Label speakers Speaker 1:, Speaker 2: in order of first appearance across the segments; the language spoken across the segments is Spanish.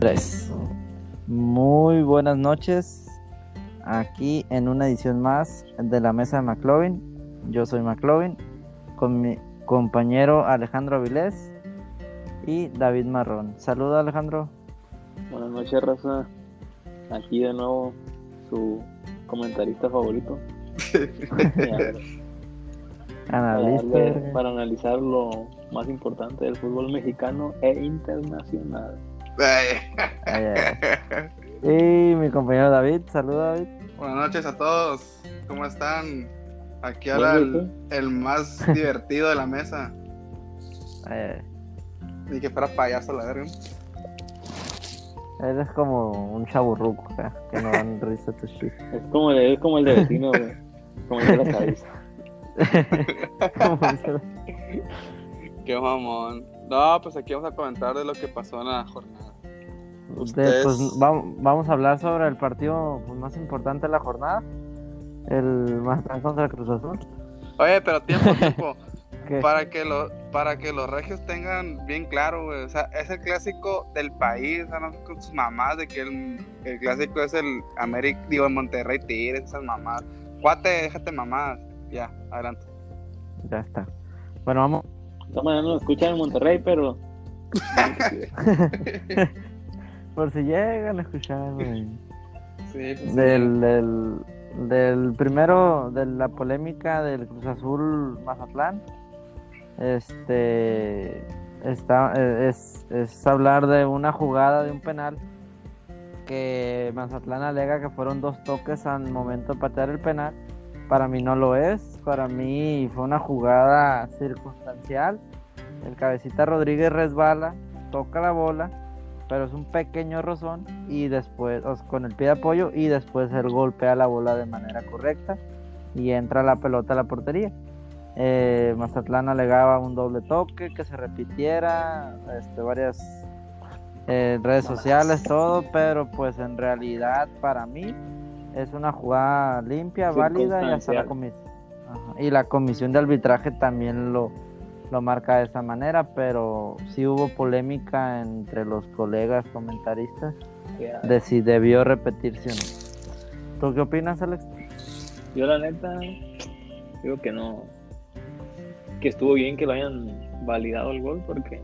Speaker 1: Tres. Muy buenas noches. Aquí en una edición más de la mesa de McLovin. Yo soy McLovin, con mi compañero Alejandro Avilés y David Marrón. Saluda Alejandro.
Speaker 2: Buenas noches, raza. Aquí de nuevo su comentarista favorito.
Speaker 1: Analista.
Speaker 2: Para, darle- para analizar lo más importante del fútbol mexicano e internacional.
Speaker 3: Eh,
Speaker 1: Ay, ay, ay. Y mi compañero David. Saluda David.
Speaker 3: Buenas noches a todos. ¿Cómo están? Aquí
Speaker 2: Bien,
Speaker 3: ahora
Speaker 2: bien,
Speaker 3: el, el más divertido de la mesa.
Speaker 1: Ay, ay.
Speaker 3: Ni que fuera payaso la verga.
Speaker 1: Eres como un chaburruco, ¿eh? que no dan risa tus chistes.
Speaker 2: Es como el, es como el de vecino, güey. Como el de la cabeza.
Speaker 1: Como dice-
Speaker 3: Qué mamón. No, pues aquí vamos a comentar de lo que pasó en la jornada.
Speaker 1: Ustedes,
Speaker 3: Ustedes-
Speaker 1: pues, va- vamos a hablar sobre el partido pues, más importante de la jornada, el Mazatlán contra el Cruz Azul.
Speaker 3: Oye, pero tiempo, tiempo.
Speaker 1: que-
Speaker 3: para, que lo, para que los regios tengan bien claro, güey. O sea, es el clásico del país. O sea, no con sus mamás de que el, el clásico es el América, digo, el Monterrey Tigres, esas mamás. Cuate, déjate mamás. Ya, adelante.
Speaker 1: Ya está. Bueno, vamos.
Speaker 2: De todas maneras no lo escuchan en Monterrey, pero
Speaker 1: Por si llegan a escuchar, güey.
Speaker 3: Sí, pues
Speaker 1: Del, del, del primero, de la polémica del Cruz Azul Mazatlán, este está, eh, es, es hablar de una jugada de un penal que Mazatlán alega que fueron dos toques al momento de patear el penal. Para mí no lo es, para mí fue una jugada circunstancial. El cabecita Rodríguez resbala, toca la bola, pero es un pequeño rozón y después o sea, con el pie de apoyo y después él golpea la bola de manera correcta y entra la pelota a la portería. Eh, Mazatlán alegaba un doble toque que se repitiera, este, varias eh, redes sociales, todo, pero pues en realidad para mí es una jugada limpia, válida y hasta la
Speaker 2: Circunstancial.
Speaker 1: comisión. Y la comisión de arbitraje también lo, lo marca de esa manera, pero sí hubo polémica entre los colegas comentaristas
Speaker 2: ya,
Speaker 1: de si debió repetirse o no. ¿Tú qué opinas, Alex?
Speaker 2: yo la neta digo que no. Que estuvo bien que lo hayan validado el gol porque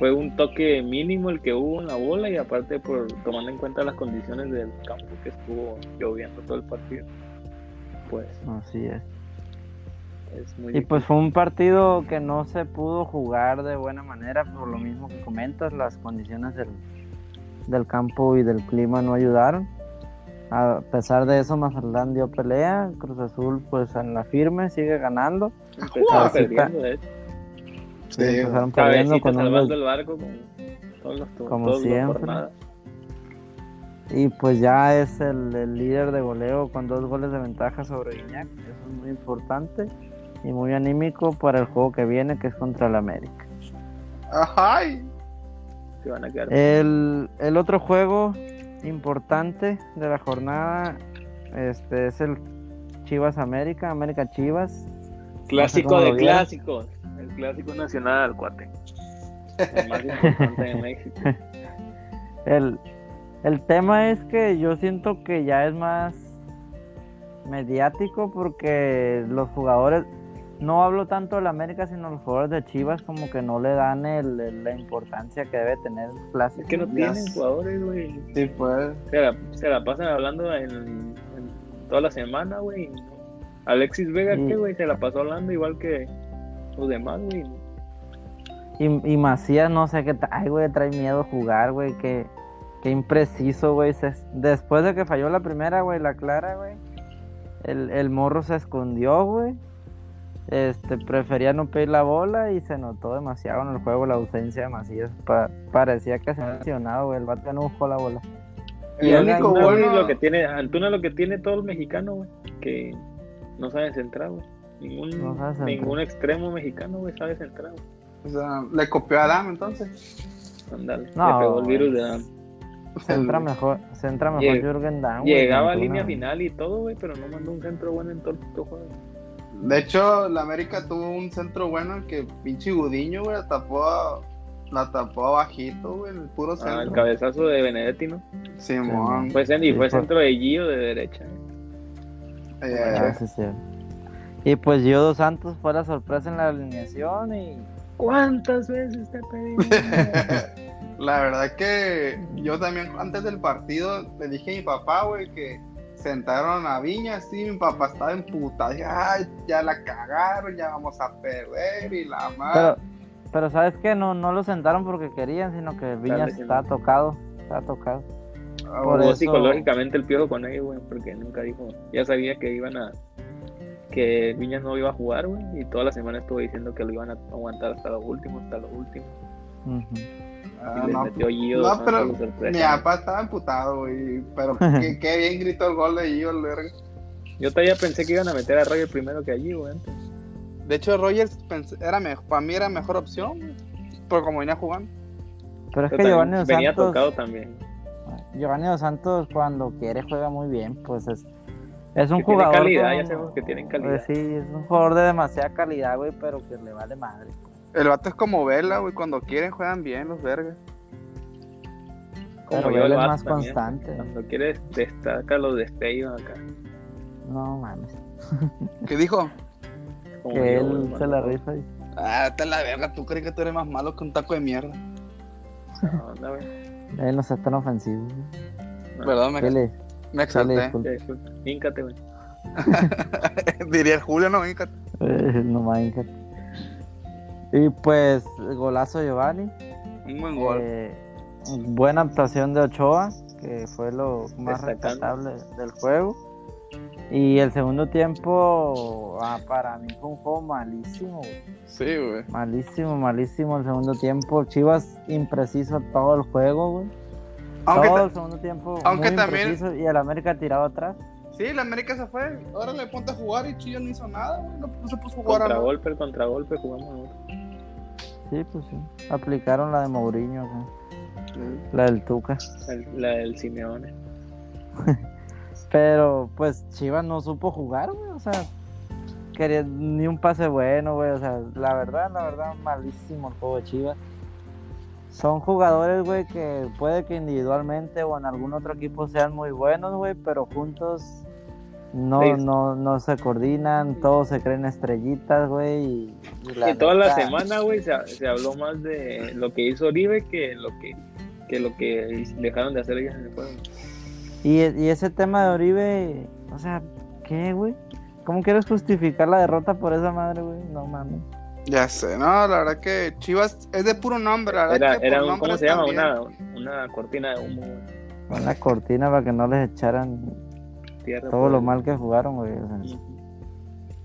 Speaker 2: fue un toque mínimo el que hubo en la bola y aparte por tomando en cuenta las condiciones del campo que estuvo lloviendo todo el partido. Pues
Speaker 1: Así es.
Speaker 2: es muy
Speaker 1: Y pues fue un partido que no se pudo jugar de buena manera, por lo mismo que comentas, las condiciones del, del campo y del clima no ayudaron. A pesar de eso, Mazatlán dio pelea, Cruz Azul pues en la firme sigue ganando. Cabecita-
Speaker 2: empezaba perdiendo, de hecho.
Speaker 1: Sí, empezaron Ah, perdiendo
Speaker 2: Cabecita
Speaker 1: con un
Speaker 2: salvando
Speaker 1: gol.
Speaker 2: el barco con todos los tu-
Speaker 1: Como
Speaker 2: todas las
Speaker 1: siempre.
Speaker 2: jornadas.
Speaker 1: Y pues ya es el, el líder de goleo con dos goles de ventaja sobre Guiñac. Eso es muy importante y muy anímico para el juego que viene, que es contra el América.
Speaker 3: ¡Ay!
Speaker 2: Se van a quedar
Speaker 1: Eh, El, el otro juego importante de la jornada este, es el Chivas América, América Chivas.
Speaker 2: Clásico
Speaker 1: cómo lo
Speaker 2: de
Speaker 1: vieron.
Speaker 2: clásicos. El clásico nacional, cuate. El más importante de México.
Speaker 1: El, el tema es que yo siento que ya es más mediático porque los jugadores, no hablo tanto del América, sino los jugadores de Chivas como que no le dan el- el- la importancia que debe tener el
Speaker 2: Es
Speaker 1: clásico.
Speaker 2: que no
Speaker 3: Ya
Speaker 2: tienen
Speaker 3: sé.
Speaker 2: jugadores, güey.
Speaker 3: Sí, pues.
Speaker 2: Se la, se la pasan hablando en, en toda la semana, güey. Alexis Vega,
Speaker 1: Mm.
Speaker 2: ¿qué, güey? Se la pasó hablando igual que los demás, güey.
Speaker 1: Y, y Macías, no sé qué trae, güey, trae miedo a jugar, güey, qué, qué impreciso, güey. se es- Después de que falló la primera, güey, la clara, güey, el, el morro se escondió, güey. Este, prefería no pedir la bola y se notó demasiado en el juego la ausencia de Macías. Pa- parecía que se había lesionado, güey, el vato no buscó la bola.
Speaker 3: El
Speaker 1: Y
Speaker 3: único
Speaker 2: Antuna, güey,
Speaker 3: bueno.
Speaker 2: lo que tiene, Antuna lo que tiene todo el mexicano, güey. Que no sabe centrar, güey. Ningún,
Speaker 1: No sabe centrar.
Speaker 2: ningún extremo mexicano, güey, sabe centrar, güey.
Speaker 3: O sea, le copió a Adam entonces.
Speaker 2: Ándale.
Speaker 1: No,
Speaker 2: le pegó el
Speaker 1: güey.
Speaker 2: virus de Adam.
Speaker 1: Se entra mejor, se entra mejor
Speaker 2: Lleg-
Speaker 1: Jürgen Damm. güey,
Speaker 2: Llegaba a
Speaker 1: Antuna,
Speaker 2: línea
Speaker 1: güey.
Speaker 2: final y todo, güey, pero no mandó un centro bueno en todo el puto juego.
Speaker 3: De hecho, la América tuvo un centro bueno que pinche Gudiño, güey, tapó a la tapó bajito, güey, el
Speaker 2: Ah,
Speaker 3: puro
Speaker 2: el
Speaker 3: centro.
Speaker 2: cabezazo de Benedetti, ¿no?
Speaker 3: Simón.
Speaker 2: Fue, cen- y
Speaker 1: Sí,
Speaker 2: fue
Speaker 1: fue-
Speaker 2: centro de Gio de derecha.
Speaker 3: Ya, ya, ya.
Speaker 1: Sí, sí. Y pues yo dos Santos fue la sorpresa en la alineación y
Speaker 2: ¿Cuántas veces te pedí?
Speaker 3: La verdad que yo también antes del partido le dije a mi papá, güey, que sentaron a Viña, sí, mi papá estaba emputado, dije, ay, ya la cagaron, ya vamos a perder y la
Speaker 2: Ah.
Speaker 1: pero,
Speaker 3: madre. Ah,
Speaker 1: pero sabes que no, no lo sentaron porque querían, sino que Viñas
Speaker 2: que
Speaker 1: está tocado, está tocado. por
Speaker 3: Ah, güey,
Speaker 2: Jugó
Speaker 1: eso-
Speaker 2: psicológicamente el piojo con él, güey, porque nunca dijo. Ya sabía que iban a. que Viñas no iba a jugar, güey, y toda la semana estuvo diciendo que lo iban a aguantar hasta lo último, hasta lo último.
Speaker 1: Ujú.
Speaker 3: ah,
Speaker 2: y le
Speaker 3: no,
Speaker 2: metió Gio.
Speaker 3: no,
Speaker 2: dos
Speaker 3: pero
Speaker 2: tantos de sorpresa.
Speaker 3: mi papá estaba emputado, güey, pero qué, qué bien gritó el gol de Gio, el verga.
Speaker 2: Yo todavía pensé que iban a meter a Roger primero que allí, güey, antes.
Speaker 3: De hecho, Rogers pens- era mejor, para mí era mejor opción, güey, por como venía jugando.
Speaker 1: Pero es que
Speaker 2: Pero también
Speaker 1: Giovanni dos
Speaker 2: venía
Speaker 1: Santos,
Speaker 2: tocado también.
Speaker 1: Giovanni dos Santos cuando quiere juega muy bien, pues es, es un
Speaker 2: Que tiene
Speaker 1: jugador.
Speaker 2: calidad,
Speaker 1: con-
Speaker 2: ya sabemos que tienen calidad.
Speaker 1: pues sí, es un jugador de demasiada calidad, güey, pero que le vale madre.
Speaker 3: El vato es como Vela, güey, cuando quieren juegan bien los vergas.
Speaker 2: Como
Speaker 1: Pero
Speaker 2: yo
Speaker 1: él
Speaker 2: el
Speaker 1: es
Speaker 2: vato
Speaker 1: más
Speaker 2: también. Ah.
Speaker 1: constante.
Speaker 2: Cuando quieres destaca los destellos acá.
Speaker 1: No mames.
Speaker 3: ¿Qué dijo?
Speaker 2: Como
Speaker 1: Que
Speaker 2: yo,
Speaker 1: él
Speaker 2: güey,
Speaker 1: se
Speaker 2: mano.
Speaker 1: la rifa. y-
Speaker 3: Ah, está la verga, tú crees que tú eres más malo que un taco de mierda.
Speaker 2: No, anda, güey.
Speaker 1: Él no sea tan ofensivo. güey.
Speaker 2: Ah.
Speaker 3: Perdón, me,
Speaker 1: Que le,
Speaker 3: me
Speaker 1: que le
Speaker 3: exalté.
Speaker 1: disculpe.
Speaker 2: Eh, pues, híncate, güey.
Speaker 3: Diría el Julio, no, Inca.
Speaker 1: Eh, no mames. hija. Y pues, golazo Giovanni.
Speaker 3: Un buen gol.
Speaker 1: Eh, buena actuación de Ochoa, que fue lo más
Speaker 2: Destacando.
Speaker 1: rescatable del juego. Y el segundo tiempo, ah, para mí fue un juego malísimo, güey.
Speaker 3: Sí, güey.
Speaker 1: malísimo, malísimo el segundo tiempo. Chivas impreciso todo el juego, güey.
Speaker 3: Aunque
Speaker 1: todo
Speaker 3: ta-
Speaker 1: el segundo tiempo.
Speaker 3: aunque
Speaker 1: muy
Speaker 3: también-
Speaker 1: impreciso, Y el América tirado atrás.
Speaker 3: sí, la América se fue. Ahora le ponte a jugar y Chillo no hizo nada, güey. No, no se puso a jugar a nada.
Speaker 2: Contragolpe, contragolpe, jugamos nosotros.
Speaker 1: Sí, pues sí. Aplicaron la de Mourinho, acá,
Speaker 3: Sí.
Speaker 1: la del Tuca.
Speaker 2: El- La del Simeone.
Speaker 1: Pero pues Chivas no supo jugar, güey. O sea, quería ni un pase bueno, güey. O sea, la verdad, la verdad, malísimo el juego de Chivas. Son jugadores, güey, que puede que individualmente o en algún otro equipo sean muy buenos, güey, pero juntos no,
Speaker 2: Sí.
Speaker 1: no, no se coordinan, todos se creen estrellitas, güey. Y, la
Speaker 2: y toda la
Speaker 1: neta,
Speaker 2: semana, güey, se, se habló más de lo que hizo Oribe que lo que, que lo que dejaron de hacer ellos en el juego.
Speaker 1: Y, y ese tema de Oribe, o sea, ¿qué, güey? ¿Cómo quieres justificar la derrota por esa madre, güey? No mames.
Speaker 3: Ya sé, no, la verdad que Chivas es de puro nombre, la verdad.
Speaker 2: Era,
Speaker 3: que
Speaker 2: era
Speaker 3: por
Speaker 2: un, ¿cómo
Speaker 3: nombres
Speaker 2: se llama?
Speaker 3: también.
Speaker 2: Una, una cortina de humo, güey,
Speaker 1: Con la cortina para que no les echaran
Speaker 2: tierra.
Speaker 1: todo
Speaker 2: por
Speaker 1: lo
Speaker 2: el-
Speaker 1: mal que jugaron, güey. O sea,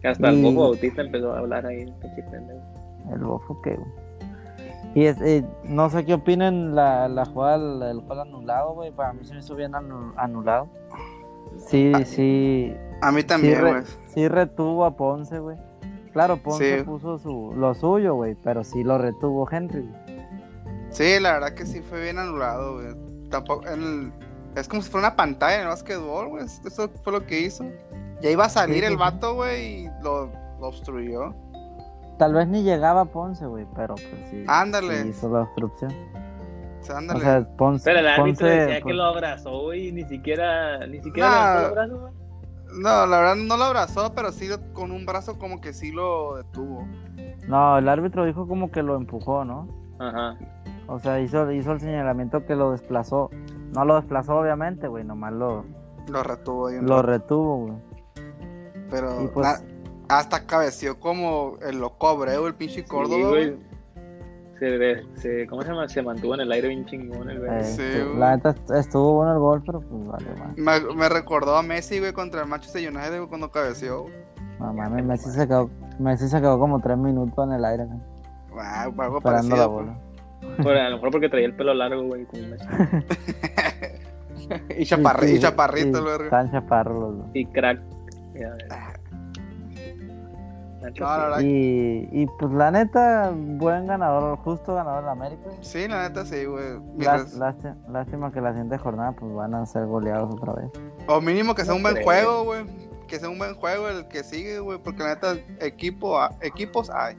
Speaker 2: Que Hasta el
Speaker 1: Y-
Speaker 2: Bobo Bautista empezó a hablar ahí. pinche pendejo.
Speaker 1: el bofo que, güey. Y es- eh, no sé qué opinan la, la jugada del del gol anulado, güey. Para mí se me hizo bien anu- anulado. Sí,
Speaker 3: Ah,
Speaker 1: sí.
Speaker 3: A mí también,
Speaker 1: sí, re-
Speaker 3: güey.
Speaker 1: sí retuvo a Ponce, güey. Claro, Ponce
Speaker 3: Sí.
Speaker 1: puso su, lo suyo, güey, pero sí lo retuvo Henry. güey.
Speaker 3: Sí, la verdad que sí fue bien anulado, güey. Tampoco. en el- Es como si fuera una pantalla en el básquetbol, güey. Eso fue lo que hizo. Ya iba a salir
Speaker 1: Sí,
Speaker 3: el
Speaker 1: sí.
Speaker 3: vato, güey, y lo, lo obstruyó.
Speaker 1: Tal vez ni llegaba Ponce, güey, pero pues sí.
Speaker 3: Ándale.
Speaker 1: sí hizo la obstrucción.
Speaker 3: O sea, ándale.
Speaker 1: O sea, Ponce.
Speaker 2: Pero el árbitro
Speaker 1: Ponce,
Speaker 2: decía que
Speaker 1: pues,
Speaker 2: lo abrazó y ni siquiera, ni siquiera
Speaker 3: Nah.
Speaker 2: levantó el brazo, güey.
Speaker 3: No, la verdad no lo abrazó, pero sí lo- con un brazo como que sí lo detuvo.
Speaker 1: No, el árbitro dijo como que lo empujó, ¿no?
Speaker 2: Ajá.
Speaker 1: O sea, hizo, hizo el señalamiento que lo desplazó. No lo desplazó, obviamente, güey. Nomás lo,
Speaker 3: Lo retuvo ahí un
Speaker 1: lo
Speaker 3: rato,
Speaker 1: retuvo, güey.
Speaker 3: Pero
Speaker 1: Y pues,
Speaker 3: na- hasta cabeció como el loco Abreu, el pinche
Speaker 2: Sí,
Speaker 3: Córdoba,
Speaker 2: güey.
Speaker 3: güey.
Speaker 2: Se, de- se, ¿Cómo se llama? Se mantuvo en el aire bien chingón el güey.
Speaker 1: eh,
Speaker 3: pues, sí,
Speaker 1: estu-
Speaker 3: güey.
Speaker 1: la neta est- estuvo bueno el gol, pero pues vale, más.
Speaker 3: Me, me recordó a Messi, güey, contra el Manchester United, güey, cuando cabeció.
Speaker 1: No mames, Messi se quedó, Messi se quedó como tres minutos en el aire, güey,
Speaker 3: Ah,
Speaker 1: esperando
Speaker 3: algo
Speaker 1: la
Speaker 3: parecido.
Speaker 1: bola.
Speaker 2: Pero a lo mejor porque traía el pelo largo, güey, como Messi.
Speaker 3: pues. Y, chaparri- y
Speaker 1: Sí, sí,
Speaker 3: chaparrito,
Speaker 1: sí,
Speaker 3: el verga.
Speaker 1: Tan chaparro los dos.
Speaker 2: Y crack. Ya ves. Nacho,
Speaker 3: Ah. No, la verdad.
Speaker 1: Y, y pues la neta, buen ganador, justo ganador de América.
Speaker 3: Sí, la neta sí, güey.
Speaker 1: Lás-
Speaker 3: Mientras-
Speaker 1: lásti- Lástima que la siguiente jornada pues van a ser goleados otra vez.
Speaker 3: O mínimo que sea
Speaker 2: No
Speaker 3: un buen
Speaker 2: creo.
Speaker 3: juego, güey. Que sea un buen juego el que sigue, güey. Porque la neta, equipo, ha- equipos hay.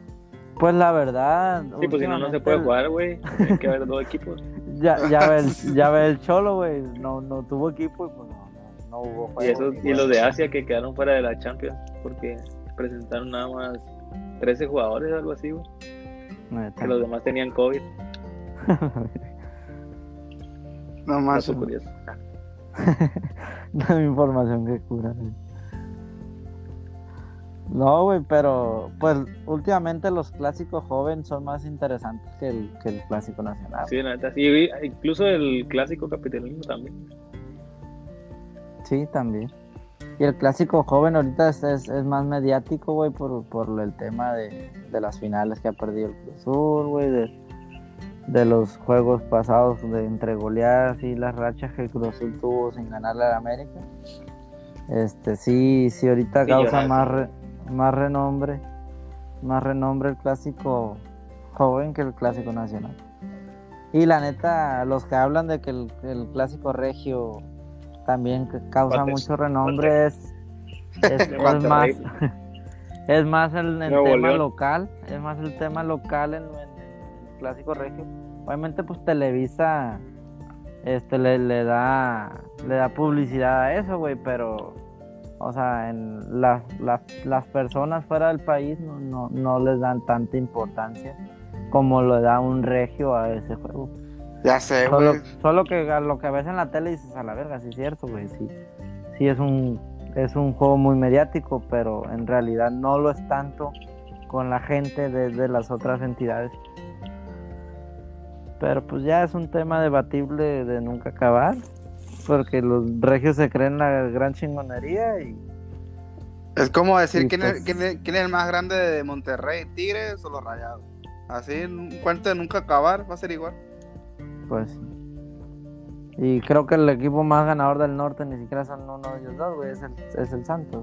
Speaker 1: Pues la verdad.
Speaker 2: Sí, pues si no, no se
Speaker 1: últimamente
Speaker 2: puede
Speaker 1: el-
Speaker 2: jugar, güey. Tiene que haber dos equipos.
Speaker 1: Ya, ya, ve el, ya ve el Cholo, güey. No, no tuvo equipo y pues no, no, no hubo
Speaker 2: Y,
Speaker 1: juego.
Speaker 2: esos, y los de Asia que quedaron fuera de la Champions porque presentaron nada más 13 jugadores, algo así, güey.
Speaker 1: Neta.
Speaker 2: Que los demás tenían COVID.
Speaker 3: No más.
Speaker 2: Dato curioso.
Speaker 1: La información que cura. güey. No, güey, pero pues últimamente los clásicos jóvenes son más interesantes que el, que el clásico nacional. Sí,
Speaker 2: Sí, la neta. Sí, vi- incluso el clásico capitalismo también.
Speaker 1: también. Y el clásico joven ahorita es, es, es más mediático, güey, por, por el tema de, de las finales que ha perdido el Cruz Azul, güey, de, de los juegos pasados de entre goleadas y las rachas que el Cruz Azul tuvo sin ganarle al América. Este, sí, sí, ahorita
Speaker 2: Sí,
Speaker 1: causa
Speaker 2: llorar.
Speaker 1: más, re- más renombre, más renombre el clásico joven que el clásico nacional. Y la neta, los que hablan de que el, el clásico regio también que causa
Speaker 2: Cuates,
Speaker 1: mucho renombre es, es-
Speaker 2: De
Speaker 1: es más,
Speaker 2: Monterrey.
Speaker 1: es más el, el
Speaker 2: Nuevo
Speaker 1: tema
Speaker 2: León.
Speaker 1: local, es más el tema local en, en el clásico regio. Obviamente, pues Televisa este le, le da le da publicidad a eso, güey, pero o sea, en las, las, las personas fuera del país no, no, no les dan tanta importancia como lo da un regio a ese juego.
Speaker 3: Ya sé,
Speaker 1: Solo,
Speaker 3: güey.
Speaker 1: solo que a lo que ves en la tele dices a la verga, sí es cierto, güey, sí. Sí es un es un juego muy mediático, pero en realidad no lo es tanto con la gente de, de las otras entidades. Pero pues ya es un tema debatible de nunca acabar, porque los regios se creen la gran chingonería y
Speaker 3: Es como decir
Speaker 1: Sí,
Speaker 3: quién,
Speaker 1: pues.
Speaker 3: es, quién, es, quién es el más grande de Monterrey, Tigres o los Rayados. Así, un cuento de nunca acabar, va a ser igual.
Speaker 1: pues sí. y creo que el equipo más ganador del norte ni siquiera son uno de ellos dos, güey, es el, es el Santos.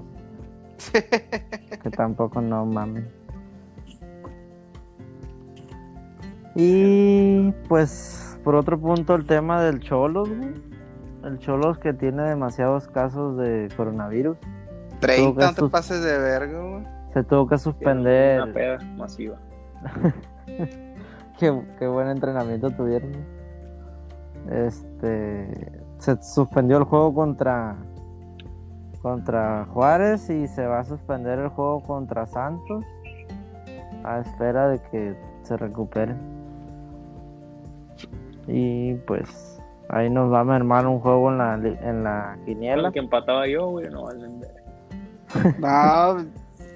Speaker 1: que tampoco no mames. Y pues por otro punto el tema del Cholos, güey. El Cholos que tiene demasiados casos de coronavirus.
Speaker 3: 30 te
Speaker 1: gastos.
Speaker 3: pases de verga, güey.
Speaker 1: Se tuvo que
Speaker 2: Una
Speaker 1: suspender.
Speaker 2: peda masiva.
Speaker 1: Qué, qué buen entrenamiento tuvieron. Este se suspendió el juego contra contra Juárez y se va a suspender el juego contra Santos a espera de que se recuperen. Y pues ahí nos va a mermar un juego en la li- en la quiniela.
Speaker 2: El que empataba yo, güey, no valen ver.
Speaker 3: No.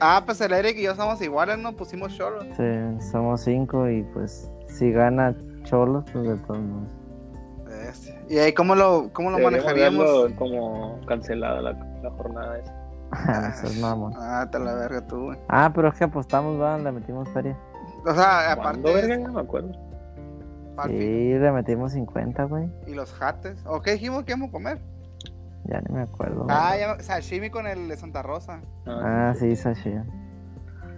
Speaker 3: Ah, pues el Eric y yo somos iguales, ¿no? Pusimos solo.
Speaker 1: Sí, somos cinco y pues si gana Cholos pues de todos modos.
Speaker 3: Este. ¿Y ahí cómo lo, cómo lo
Speaker 2: Deberíamos
Speaker 3: manejaríamos?
Speaker 2: darlo como cancelada la, la jornada esa.
Speaker 1: No seas mamón.
Speaker 3: Ah, te la verga tú, güey.
Speaker 1: Ah, pero es que apostamos, va, le metimos feria.
Speaker 3: O sea,
Speaker 2: ¿Cuándo,
Speaker 3: aparte
Speaker 2: verga?
Speaker 3: es
Speaker 2: No me acuerdo.
Speaker 3: Palfi
Speaker 1: Sí, le metimos 50, güey.
Speaker 3: y los jates. ¿O qué dijimos que íbamos a comer?
Speaker 1: Ya ni me acuerdo. güey.
Speaker 3: Ah, ya, sashimi con el de Santa Rosa.
Speaker 2: Ah,
Speaker 1: Ah, sí, Sashi.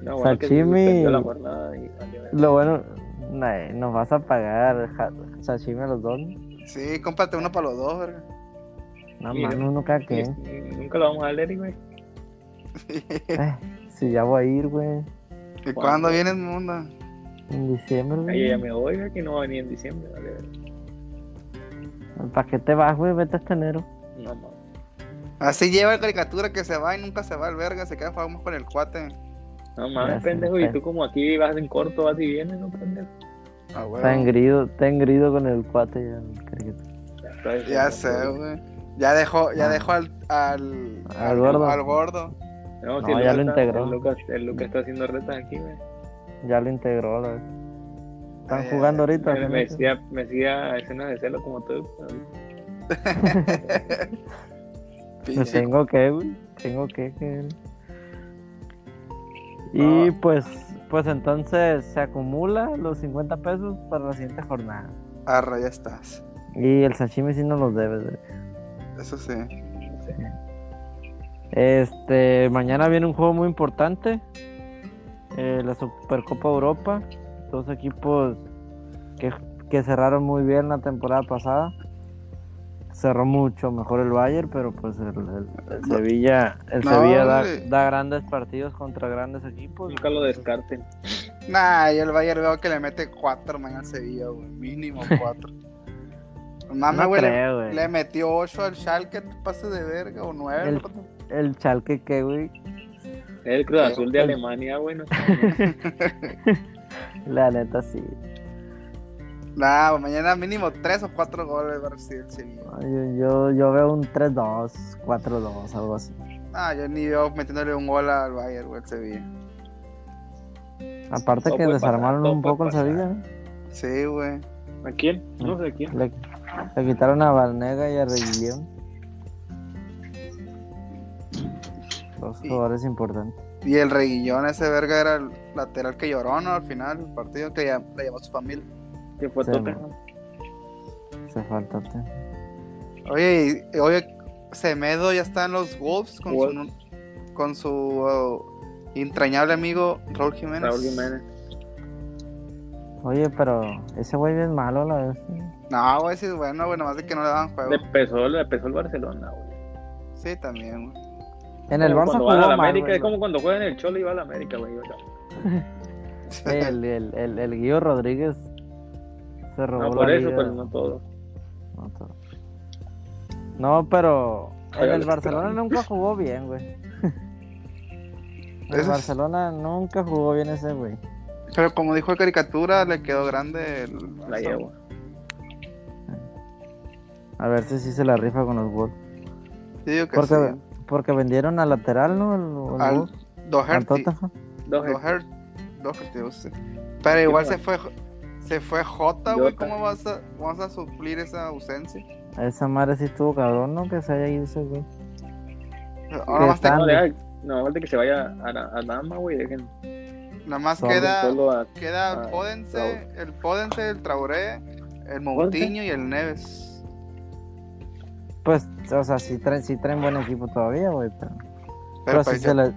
Speaker 2: no, bueno, que se
Speaker 1: Sashimi.
Speaker 2: suspendió la jornada y valió verga.
Speaker 1: Lo bueno, nah, nos vas a pagar ja- sashimi a los dos.
Speaker 3: Sí, cómprate uno para los dos, verga.
Speaker 1: No,
Speaker 2: Mira.
Speaker 1: mano, uno cada quien.
Speaker 2: Y- y Nunca lo vamos a leer, güey.
Speaker 1: Eh, si ya voy a ir, güey.
Speaker 3: ¿Y
Speaker 2: ¿Cuándo?
Speaker 3: cuándo vienes, mundo?
Speaker 1: En diciembre,
Speaker 2: Ahí yo ya
Speaker 1: güey.
Speaker 2: me voy, güey, que no va a venir en diciembre, vale, verga.
Speaker 1: ¿Para qué te vas, güey? Vete hasta enero.
Speaker 2: No, mames.
Speaker 3: Así lleva la caricatura que se va y nunca se va el verga, se queda jugando con el cuate.
Speaker 2: No
Speaker 1: Ya
Speaker 2: mames,
Speaker 1: sé,
Speaker 2: pendejo, y
Speaker 1: pues.
Speaker 2: tú como aquí vas en corto, vas y vienes, ¿no, pendejo?
Speaker 3: Ah, güey.
Speaker 1: Está engrido, está engrido con el cuate y el cricket.
Speaker 2: Entonces,
Speaker 3: Ya
Speaker 2: no,
Speaker 3: sé, güey. Ya dejó, ya
Speaker 1: Ah.
Speaker 3: dejó al, al,
Speaker 1: Al gordo.
Speaker 3: al gordo.
Speaker 2: No,
Speaker 1: No,
Speaker 2: si el
Speaker 1: ya
Speaker 2: Lucas
Speaker 1: lo
Speaker 2: está-
Speaker 1: integró.
Speaker 2: El Lucas, el Lucas está haciendo retas aquí, güey.
Speaker 1: Ya lo integró, la vez. Están
Speaker 3: Ay,
Speaker 1: jugando
Speaker 3: ay,
Speaker 1: ahorita.
Speaker 2: Me,
Speaker 1: ¿no?
Speaker 2: me decía, me decía escenas de celo como tú.
Speaker 1: Pues
Speaker 3: Pinche
Speaker 1: tengo que, güey. Tengo que, que- Y
Speaker 3: Ah.
Speaker 1: pues, pues entonces se acumula los 50 pesos para la siguiente jornada.
Speaker 3: Arra, ya estás.
Speaker 1: Y el sashimi sí no los debes. güey.
Speaker 3: Eso sí.
Speaker 2: No sé.
Speaker 1: Este, mañana viene un juego muy importante. eh, la Supercopa Europa. Dos equipos que, que cerraron muy bien la temporada pasada. Cerró mucho mejor el Bayern, pero pues el, el- el Sevilla, el
Speaker 3: No,
Speaker 1: Sevilla da,
Speaker 3: hombre.
Speaker 1: da grandes partidos contra grandes equipos.
Speaker 2: Nunca lo descarten.
Speaker 3: Nah, yo el Bayern veo que le mete cuatro mañana al Sevilla, güey. Mínimo cuatro. Mame,
Speaker 1: No
Speaker 3: Ah, güey. le-
Speaker 1: creo, güey.
Speaker 3: Le metió ocho al Schalke, te pases de verga, o nueve.
Speaker 1: El-
Speaker 3: ¿no, pato?
Speaker 1: El chalque que, güey.
Speaker 2: Es el Cruz Azul de Alemania, güey. no sé.
Speaker 1: La neta sí.
Speaker 3: Nah, güey, mañana mínimo tres o cuatro goles va a recibir el Sevilla.
Speaker 1: Yo, yo, yo veo un 3-2, 4-2, algo así.
Speaker 3: Nah, yo ni veo metiéndole un gol al Bayern, güey, el Sevilla.
Speaker 1: Aparte
Speaker 2: Todo
Speaker 1: que
Speaker 2: puede pasar,
Speaker 1: desarmaron
Speaker 2: todo
Speaker 1: un
Speaker 2: puede
Speaker 1: poco en
Speaker 2: pasar.
Speaker 1: Sevilla. ¿no?
Speaker 3: Sí, güey.
Speaker 2: ¿A quién? No sé a quién.
Speaker 1: Le, le quitaron a Barnega y a Reguilón. Dos
Speaker 3: Sí.
Speaker 1: jugadores importantes.
Speaker 3: Y el Reguillón, ese verga, era el lateral que lloró, ¿no? Al final del partido, que ya le llevó a su familia.
Speaker 2: Que fue
Speaker 1: Sí,
Speaker 2: Tottenham.
Speaker 1: Se falta. te-
Speaker 3: Oye, y- oye, Semedo ya está en los Wolves con
Speaker 2: Wolves.
Speaker 3: su, nu- con su oh, entrañable amigo Raúl Jiménez.
Speaker 2: Raúl Jiménez.
Speaker 1: Oye, pero ese güey es malo, la verdad. sí.
Speaker 3: No, güey, sí es bueno, güey, nomás de que no le daban juego.
Speaker 2: Le pesó, le pesó el Barcelona, güey.
Speaker 3: Sí, también, güey.
Speaker 1: En el
Speaker 2: Como
Speaker 1: Barça
Speaker 2: cuando
Speaker 1: jugó
Speaker 2: van a la
Speaker 1: mal,
Speaker 2: América,
Speaker 1: güey.
Speaker 2: es como cuando juegan el Cholo y va a la América, güey. o sea.
Speaker 1: El, el, el, el Guillo Rodríguez se robó
Speaker 2: No, por
Speaker 1: la
Speaker 2: eso,
Speaker 1: vida.
Speaker 2: pero no todo.
Speaker 1: No, todo. No, pero en
Speaker 2: Oiga,
Speaker 1: el
Speaker 2: lo
Speaker 1: Barcelona
Speaker 2: esperaban.
Speaker 1: nunca jugó bien, güey. En
Speaker 3: Eso
Speaker 1: el
Speaker 3: es-
Speaker 1: Barcelona nunca jugó bien ese güey.
Speaker 3: Pero como dijo el caricatura, le quedó grande el...
Speaker 2: La llevo.
Speaker 1: A ver si sí se la rifa con los Wolves.
Speaker 3: Sí, digo que
Speaker 1: Porque,
Speaker 3: sí.
Speaker 1: porque vendieron al lateral, ¿no? El- el
Speaker 3: Al
Speaker 1: Wolves, al Tota?
Speaker 3: Doherty.
Speaker 1: Tottenham.
Speaker 2: Dos
Speaker 3: Doherty. Doherty, yo sé. Pero igual se
Speaker 2: bueno.
Speaker 3: fue... Se fue Jota, güey.
Speaker 2: Jota.
Speaker 3: ¿Cómo vas a, vas a suplir esa ausencia?
Speaker 1: Esa madre sí estuvo cabrón, ¿no? Que se haya ido ese güey.
Speaker 3: Ahora más, te-
Speaker 1: están-
Speaker 2: No, deja- no, falta que se vaya a, a, a Dama, güey. Dejen
Speaker 3: nada más
Speaker 1: Son
Speaker 3: queda...
Speaker 2: solo a.
Speaker 3: Queda
Speaker 2: Ah,
Speaker 3: Podense, el Podense, el Traoré, el Montiño y el Neves.
Speaker 1: Pues, o sea, sí traen, sí traen buen equipo todavía, güey. Pero, pero si,
Speaker 3: pues,
Speaker 1: se les,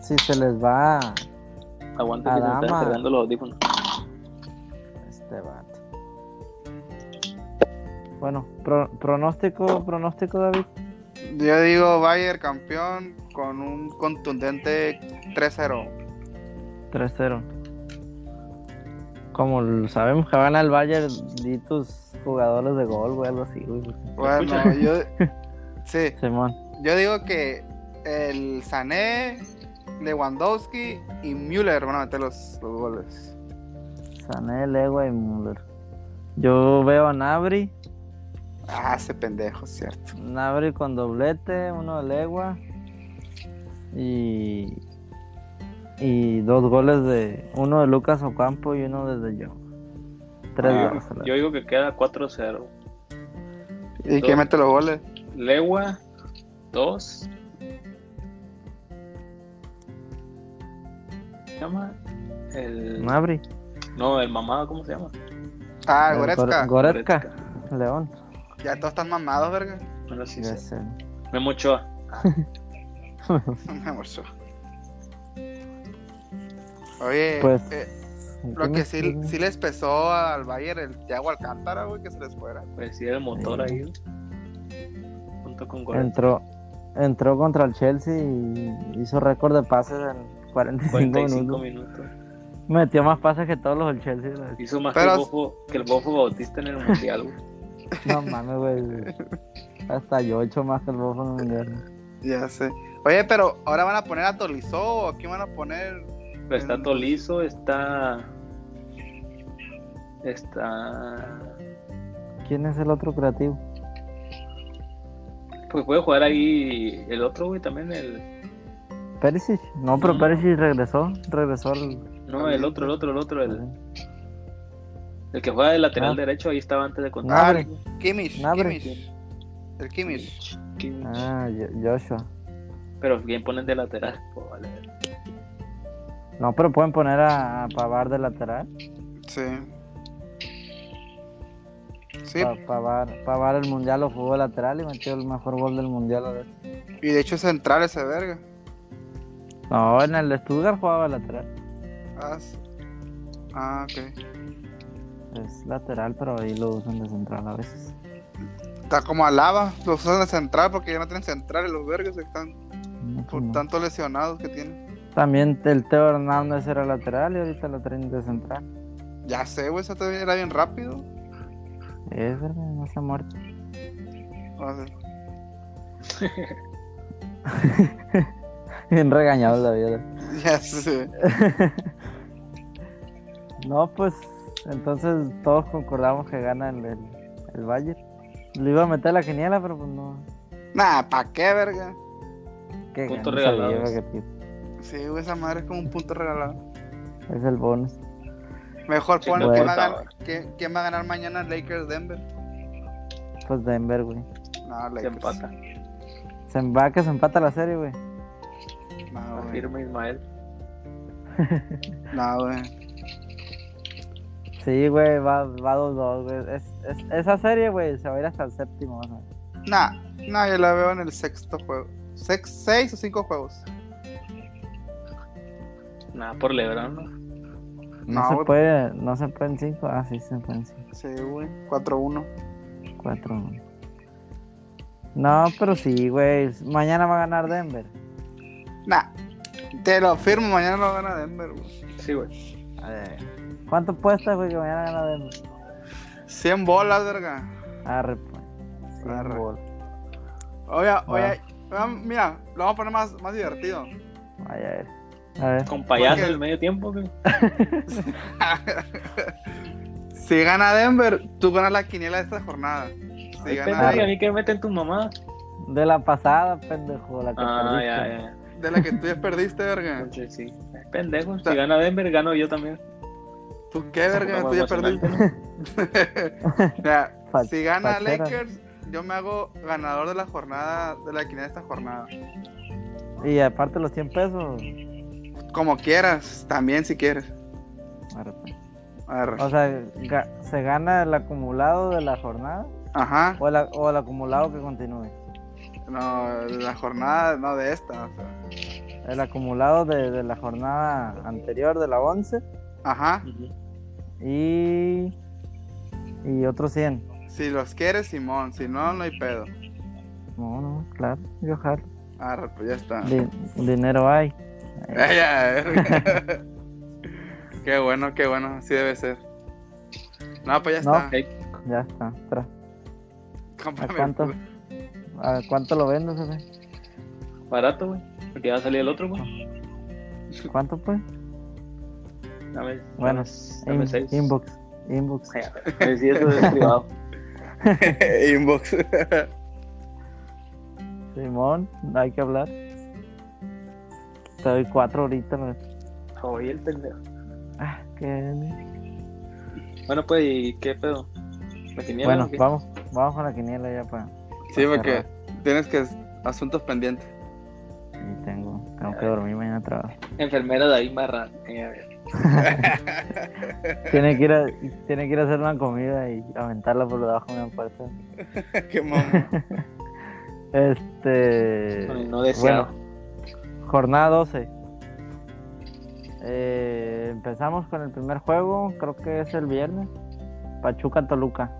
Speaker 1: si se les va
Speaker 2: Aguanta
Speaker 1: A
Speaker 2: que se me
Speaker 1: Dama.
Speaker 2: están cargando los audífonos.
Speaker 1: este vato. Bueno, pro- pronóstico, pronóstico, David.
Speaker 3: Yo digo Bayern campeón con un contundente 3-0.
Speaker 1: 3-0. Como l- sabemos que van al Bayern, di tus jugadores de gol, güey, algo así, güey.
Speaker 3: Bueno, yo. Sí,
Speaker 1: Simón.
Speaker 3: yo digo que el Sané, Lewandowski y Müller van a meter los, los goles.
Speaker 1: Sané, Legua y Müller. Yo veo a Nabri,
Speaker 3: Ah, ese pendejo, cierto.
Speaker 1: Nabri con doblete, uno de Legua y y dos goles de uno de Lucas Ocampo y uno de De Jong. Tres
Speaker 3: Ah,
Speaker 1: goles. a la-
Speaker 2: Yo digo que queda 4-0.
Speaker 3: ¿Y quién mete los goles?
Speaker 2: Legua, 2. ¿Cómo se llama? El...
Speaker 1: Nabri.
Speaker 2: No, el mamado, ¿cómo se llama?
Speaker 3: Ah,
Speaker 1: El
Speaker 3: Goretzka.
Speaker 1: Gor- Goretzka. León.
Speaker 3: Ya todos están mamados, verga.
Speaker 2: Bueno, sí,
Speaker 1: Ya
Speaker 2: sí.
Speaker 1: sé.
Speaker 2: Memo Ochoa.
Speaker 3: Me almorzó. Oye,
Speaker 1: Pues,
Speaker 3: eh,
Speaker 1: ¿Qué
Speaker 3: Lo que
Speaker 1: me-
Speaker 3: sí, sí les pesó al Bayern el Thiago Alcántara, güey, que se les fuera.
Speaker 2: Pues sí, el motor ahí. Junto con Goretzka.
Speaker 1: Entró, entró contra el Chelsea y hizo récord de pases en 45,
Speaker 2: 45
Speaker 1: minutos.
Speaker 2: minutos.
Speaker 1: Metió más pases que todos los del Chelsea. la neta.
Speaker 2: Hizo más
Speaker 3: Pero-
Speaker 2: que, el Bofo, que el Bofo Bautista en el Mundial, güey.
Speaker 1: No mames, güey. Hasta yo he hecho más que el Bofo en el mundial.
Speaker 3: Ya sé. Oye, pero ahora van a poner a Tolizó o aquí van a poner.
Speaker 2: Pero
Speaker 3: Mm.
Speaker 2: está Tolizo, está... Está...
Speaker 1: ¿Quién es el otro creativo?
Speaker 2: Pues puede jugar ahí el otro, güey, también el...
Speaker 1: Perisic. No, pero
Speaker 2: No.
Speaker 1: Perisic regresó. Regresó al.
Speaker 2: No, el otro, el otro, el otro,
Speaker 3: Ah.
Speaker 2: el, el que juega de lateral
Speaker 1: Ah.
Speaker 2: derecho, ahí estaba antes de
Speaker 3: Ah.
Speaker 2: contar.
Speaker 1: Nabri.
Speaker 3: Kimmich.
Speaker 1: Gnabry.
Speaker 3: Kimmich. El Kimmich.
Speaker 2: Kimmich.
Speaker 1: Ah, Yo- Joshua.
Speaker 2: Pero bien ponen de lateral. pues, vale.
Speaker 1: No, pero pueden poner a, a Pavar de lateral.
Speaker 3: Sí. Sí,
Speaker 1: Pa- Pavar, Pavar el mundial lo jugó de lateral y metió el mejor gol del mundial. a ver.
Speaker 3: y de hecho es central ese verga.
Speaker 1: No, en el de Stuttgart jugaba de lateral.
Speaker 3: Ah, sí. Ah, ok.
Speaker 1: Es lateral, pero ahí lo usan de central a veces.
Speaker 3: Está como Alaba. Los usan de central porque ya no tienen centrales los vergas. Están
Speaker 1: No, pues
Speaker 3: por
Speaker 1: no.
Speaker 3: tanto lesionados que tienen.
Speaker 1: También el Teo Hernández era lateral y ahorita lo traen de central.
Speaker 3: Ya sé, güey, eso también era bien rápido.
Speaker 1: Es verdad, no se ha muerto.
Speaker 3: O sea,
Speaker 1: Bien regañado la vida.
Speaker 3: ya sé.
Speaker 1: No, pues entonces todos concordamos que gana el, el, el Bayern. Le iba a meter la geniala, pero pues no.
Speaker 3: Nah, ¿pa' qué, verga?
Speaker 1: Que
Speaker 2: Puntos
Speaker 1: gane, se lo
Speaker 2: regalados.
Speaker 1: lleva, que-
Speaker 3: Sí, güey, esa madre es como un punto regalado.
Speaker 1: Es el bonus.
Speaker 3: Mejor
Speaker 2: Sí,
Speaker 3: ponle
Speaker 1: no
Speaker 3: quién va, a
Speaker 2: importaba.
Speaker 3: ganar, quién- quién va a ganar mañana Lakers Denver.
Speaker 1: Pues Denver, güey.
Speaker 3: No,
Speaker 2: Se
Speaker 3: Lakers.
Speaker 2: empata.
Speaker 1: Se va que se empata la serie, güey.
Speaker 3: No, güey.
Speaker 2: Afirma Ismael.
Speaker 3: No, güey.
Speaker 1: Sí, güey, va, va 2-2, güey. Es, es- esa serie, güey, se va a ir hasta el séptimo. o sea.
Speaker 3: Nah, nah, yo la veo en el sexto juego. Sex, seis o cinco juegos.
Speaker 2: Nada por Lebron, ¿no?
Speaker 1: No,
Speaker 3: No,
Speaker 1: se
Speaker 3: güey.
Speaker 1: puede, no se pueden cinco. Ah, sí, se pueden cinco.
Speaker 3: Sí, güey. 4-1.
Speaker 1: Cuatro. No, pero sí, güey. Mañana va a ganar Denver.
Speaker 3: Nah, te lo firmo, mañana lo gana Denver, güey.
Speaker 2: Sí, güey.
Speaker 1: A ver. ¿Cuánto puestas, güey, que mañana gana Denver?
Speaker 3: 100 bolas, verga.
Speaker 1: Arre, pues. Cien
Speaker 3: Arre.
Speaker 1: gol.
Speaker 3: Oye, oye, oye, mira, lo vamos a poner más, más divertido.
Speaker 1: Vaya, a ver. A ver.
Speaker 2: Con payaso
Speaker 3: Porque-
Speaker 2: en el medio tiempo, güey.
Speaker 3: si gana Denver, tú ganas la quiniela de esta jornada. Si
Speaker 2: Ay, pendejo,
Speaker 3: gana
Speaker 2: ¿y a
Speaker 3: Denver,
Speaker 2: mí que me meten tus mamás.
Speaker 1: De la pasada, pendejo. La que
Speaker 2: Ah,
Speaker 1: perdiste.
Speaker 2: ya, ya.
Speaker 3: de la que tú ya perdiste, verga.
Speaker 2: Entonces sí. Pendejo.
Speaker 3: Ta-
Speaker 2: Si gana Denver, gano yo también.
Speaker 3: ¿Tú qué, verga?
Speaker 2: Como
Speaker 3: Tú ya
Speaker 2: emocionante,
Speaker 3: perdiste.
Speaker 2: ¿no?
Speaker 3: Mira,
Speaker 1: Fal-
Speaker 3: si gana
Speaker 1: falsera.
Speaker 3: Lakers, yo me hago ganador de la jornada, de la quiniela de esta jornada.
Speaker 1: Y aparte los 100 pesos.
Speaker 3: Como quieras, también si quieres.
Speaker 1: Arre, pues.
Speaker 3: Arre.
Speaker 1: O sea, ga- ¿se gana el acumulado de la jornada?
Speaker 3: Ajá.
Speaker 1: O el, a- o el acumulado que continúe.
Speaker 3: No, de la jornada, no de esta. o sea.
Speaker 1: El acumulado de, de la jornada anterior, de la 11.
Speaker 3: Ajá.
Speaker 2: Ujú.
Speaker 1: Y. Y otros 100.
Speaker 3: Si los quieres, Simón. Si no, no hay pedo.
Speaker 1: No, no, claro. Yo jalo.
Speaker 3: Arre, pues ya está.
Speaker 1: Di- dinero hay.
Speaker 3: Ay, a ver. qué bueno, qué bueno. Así debe ser. No, pues ya
Speaker 1: No.
Speaker 3: está.
Speaker 2: Ey,
Speaker 1: Ya está. Tra- ¿A
Speaker 3: Cómprame el
Speaker 1: cuánto?
Speaker 3: culo.
Speaker 1: ¿A cuánto lo vendes, jefe?
Speaker 2: Barato, güey. Porque ya va a salir el otro, güey.
Speaker 1: ¿Cuánto, pues?
Speaker 2: Dame,
Speaker 1: Bueno,
Speaker 2: dame- dame
Speaker 1: In-
Speaker 2: seis.
Speaker 1: inbox. Inbox.
Speaker 2: Ay, Me decía eso de privado.
Speaker 3: Inbox.
Speaker 1: Simón, hay que hablar. Te doy cuatro ahorita. ¿no?
Speaker 2: Oye, el pendejo.
Speaker 1: Ah, qué-
Speaker 2: Bueno, pues, ¿y qué pedo? ¿La quiniela
Speaker 1: Bueno,
Speaker 2: o qué?
Speaker 1: vamos, vamos con la quiniela ya para.
Speaker 3: sí, porque tienes que. Asuntos pendientes.
Speaker 1: Y tengo, tengo que dormir mañana a trabajar.
Speaker 2: Enfermera David Barra. Eh, a ver.
Speaker 1: Tiene que ir a, tiene que ir a hacer una comida y aventarla por debajo de una puerta.
Speaker 3: qué mamón.
Speaker 1: Este.
Speaker 2: Con el no deseado.
Speaker 1: Jornada 12. Eh, empezamos con el primer juego, creo que es el viernes. Pachuca Toluca.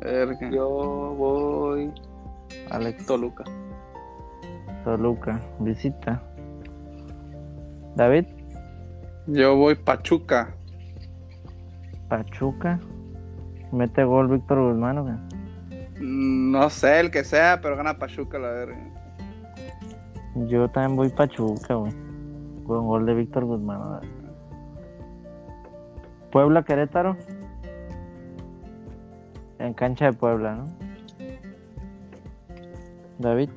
Speaker 3: Verga.
Speaker 2: Yo voy
Speaker 1: Alex
Speaker 2: Toluca.
Speaker 1: Toluca, visita. David,
Speaker 3: Yo voy Pachuca.
Speaker 1: Pachuca. Mete gol Víctor Guzmán. ¿o qué?
Speaker 3: Mm, No sé el que sea, pero gana Pachuca, la verga.
Speaker 1: Yo también voy Pachuca, güey. Con gol de Víctor Guzmán. a ver. Puebla Querétaro. En cancha de Puebla, ¿no? David.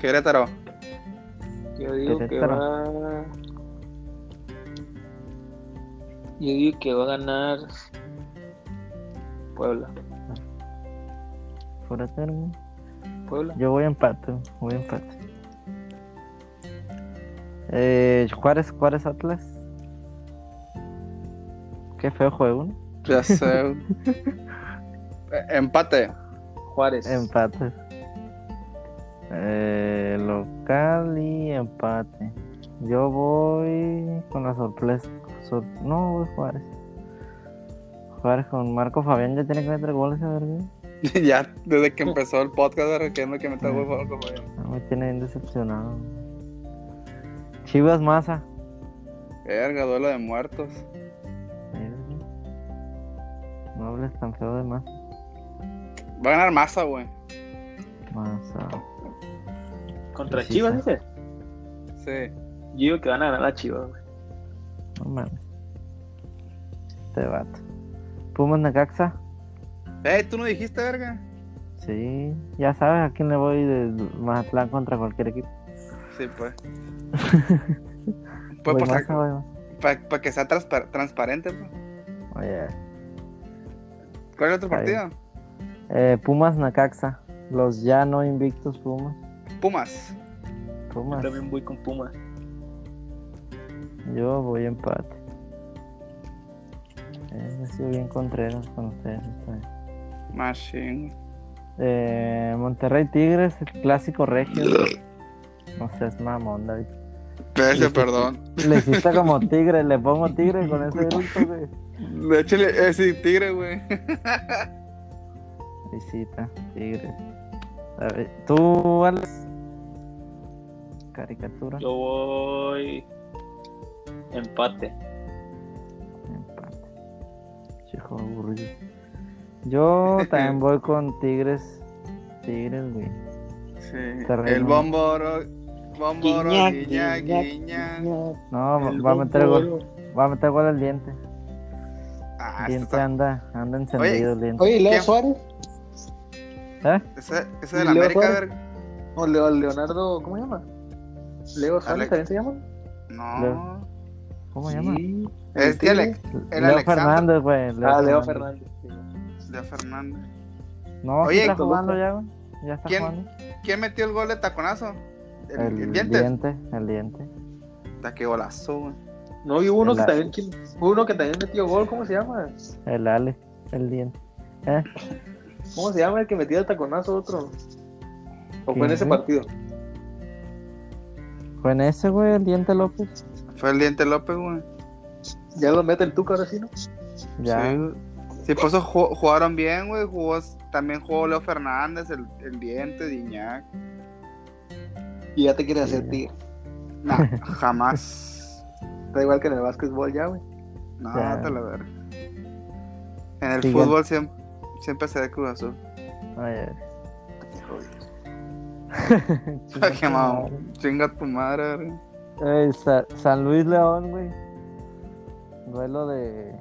Speaker 3: Querétaro.
Speaker 2: Yo digo que
Speaker 1: Querétaro.
Speaker 2: va. Yo digo que va a ganar Puebla.
Speaker 1: Fuera termo.
Speaker 2: Puebla.
Speaker 1: Yo voy a empate, voy a empate. Eh, Juárez, Juárez Atlas. Qué feo juego, ¿no?
Speaker 3: Ya sé. güey. Eh, Empate.
Speaker 2: Juárez.
Speaker 1: Empate. Eh, local y empate. Yo voy con la sorpresa. sor- no, voy Juárez. Juárez con Marco Fabián ya tiene que meter goles, a ver. güey.
Speaker 3: ya desde que empezó el podcast, verga, queriendo que me está güey, por favor, güey.
Speaker 1: No, me tiene bien decepcionado. Chivas Maza.
Speaker 3: Verga, duelo de muertos.
Speaker 1: No hables tan feo de Maza.
Speaker 3: Va a ganar masa, güey.
Speaker 1: Maza.
Speaker 2: ¿Contra
Speaker 1: Sí, sí,
Speaker 2: Chivas
Speaker 1: sí.
Speaker 2: dices?
Speaker 3: Sí.
Speaker 2: Yo digo que van a ganar a Chivas, güey.
Speaker 1: No mames. Este vato. Pumas Necaxa.
Speaker 3: Eh, tú no dijiste, verga.
Speaker 1: Sí. Ya sabes a quién le voy de Mazatlán contra cualquier equipo.
Speaker 3: Sí, pues. pues
Speaker 1: Voy
Speaker 3: para
Speaker 1: Pues Maza, voy Maza.
Speaker 3: que sea transpa- transparente, pues.
Speaker 1: Oye.
Speaker 3: ¿Cuál es el otro
Speaker 1: Está bien.
Speaker 3: partido?
Speaker 1: Eh, Pumas Necaxa. Los ya no invictos Pumas.
Speaker 3: Pumas.
Speaker 2: Yo
Speaker 1: Pumas.
Speaker 2: también voy con Pumas.
Speaker 1: Yo voy a empate. Eh, he sido bien contreras con ustedes. esta vez.
Speaker 3: Machine.
Speaker 1: Eh, Monterrey Tigres, el clásico regio. No seas mamón, David.
Speaker 3: Pese, perdón.
Speaker 1: Le hiciste como tigre, le pongo tigre con ese grito, güey.
Speaker 3: De hecho, le- eh, sí, tigre, güey.
Speaker 1: Visita, tigre. A ver, tú, Alex. Caricatura.
Speaker 2: Yo voy. Empate.
Speaker 1: Empate. Chico aburrido. Yo también voy con tigres. Tigres, güey.
Speaker 3: Sí.
Speaker 1: Terreno.
Speaker 3: El bomboro. Bomboro,
Speaker 2: Guiñac,
Speaker 3: guiña,
Speaker 2: guiñac,
Speaker 3: guiña.
Speaker 1: No, va- va a meter gol. Va a meter gol al diente.
Speaker 3: Ah,
Speaker 1: El
Speaker 3: ese
Speaker 1: diente
Speaker 3: está-
Speaker 1: anda, anda encendido el diente.
Speaker 2: Oye,
Speaker 3: Leo
Speaker 2: Leo
Speaker 3: ¿Quién?
Speaker 2: Suárez.
Speaker 1: ¿Eh?
Speaker 3: ese ese
Speaker 2: ¿Y
Speaker 3: del
Speaker 2: Leo
Speaker 3: América,
Speaker 2: Suárez?
Speaker 3: verga.
Speaker 2: O Leo, Leonardo, ¿cómo se llama? Leo Suárez,
Speaker 3: Alex.
Speaker 2: ¿también se llama?
Speaker 3: No.
Speaker 1: Leo. ¿Cómo se llama?
Speaker 2: Sí.
Speaker 3: Es que Alex- El
Speaker 1: Leo
Speaker 3: Alexander.
Speaker 1: Fernández, güey.
Speaker 2: Ah, Leo Fernández. sí.
Speaker 3: Leo Fernández.
Speaker 1: No, sí
Speaker 3: Oye,
Speaker 1: está
Speaker 2: Toluca.
Speaker 1: jugando ya, güey. Ya está
Speaker 3: ¿Quién?
Speaker 1: jugando.
Speaker 3: ¿Quién metió el gol de taconazo? El,
Speaker 1: El,
Speaker 3: el
Speaker 1: diente.
Speaker 3: diente.
Speaker 1: El diente.
Speaker 3: Da que golazo, güey.
Speaker 2: No, y hubo uno
Speaker 1: El
Speaker 2: que
Speaker 1: A-
Speaker 2: también que- hubo uno que también metió gol, ¿cómo se llama?
Speaker 1: El Ale. El diente. ¿Eh?
Speaker 2: ¿Cómo se llama el que metía el taconazo otro? ¿O fue en ese
Speaker 1: ¿Quién?
Speaker 2: partido?
Speaker 1: Fue en ese, güey, el diente López.
Speaker 3: Fue el diente López, güey.
Speaker 2: Ya lo mete el Tuca ahora sí, ¿no?
Speaker 1: Ya.
Speaker 3: Sí, güey. Sí, pues eso ju- jugaron bien, güey. Jugó, también jugó Leo Fernández, el, el diente, Diñac.
Speaker 2: Y ya te quiere hacer
Speaker 1: Sí.
Speaker 2: tigre.
Speaker 3: Nah, jamás.
Speaker 2: Está igual que en el básquetbol ya, güey.
Speaker 3: No,
Speaker 1: Ya.
Speaker 3: te la verga. En el
Speaker 1: Sigan.
Speaker 3: fútbol siempre, siempre se da Cruz Azul.
Speaker 1: Oye.
Speaker 3: Qué quemado. Chinga tu madre, güey.
Speaker 1: Ey, Sa- San Luis León, güey. Duelo de.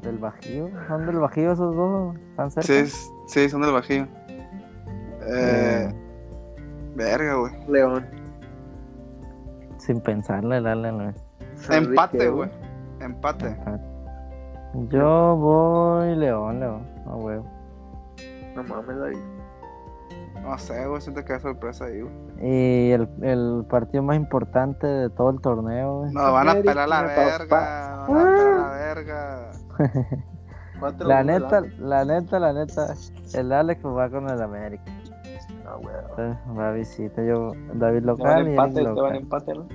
Speaker 1: Del Bajío. Son del Bajío esos dos. Están cerca.
Speaker 3: Sí, es- sí, son del bajío. Eh, Verga, güey.
Speaker 2: León.
Speaker 1: Sin pensarle, el Ale, güey.
Speaker 2: San Luis,
Speaker 3: Empate,
Speaker 2: que,
Speaker 3: güey. Empate.
Speaker 1: Yo voy León, León. A huevo.
Speaker 2: No mames, David.
Speaker 3: No sé, güey. Siento que hay sorpresa ahí, güey.
Speaker 1: Y el, el partido más importante de todo el torneo, güey.
Speaker 3: No, van a
Speaker 2: América,
Speaker 3: pelar la
Speaker 2: papá.
Speaker 3: verga. Van a pelar la verga.
Speaker 2: Cuatro
Speaker 1: La
Speaker 2: goles,
Speaker 1: neta,
Speaker 2: ¿verdad?
Speaker 1: la neta, la neta. El Alex pues, va con el América.
Speaker 2: Ah, güey.
Speaker 1: Entonces, va a visita. Yo, David
Speaker 2: Te van
Speaker 1: local y
Speaker 2: empate,
Speaker 1: Eric
Speaker 2: te van em-
Speaker 1: local.
Speaker 2: empate, ¿no?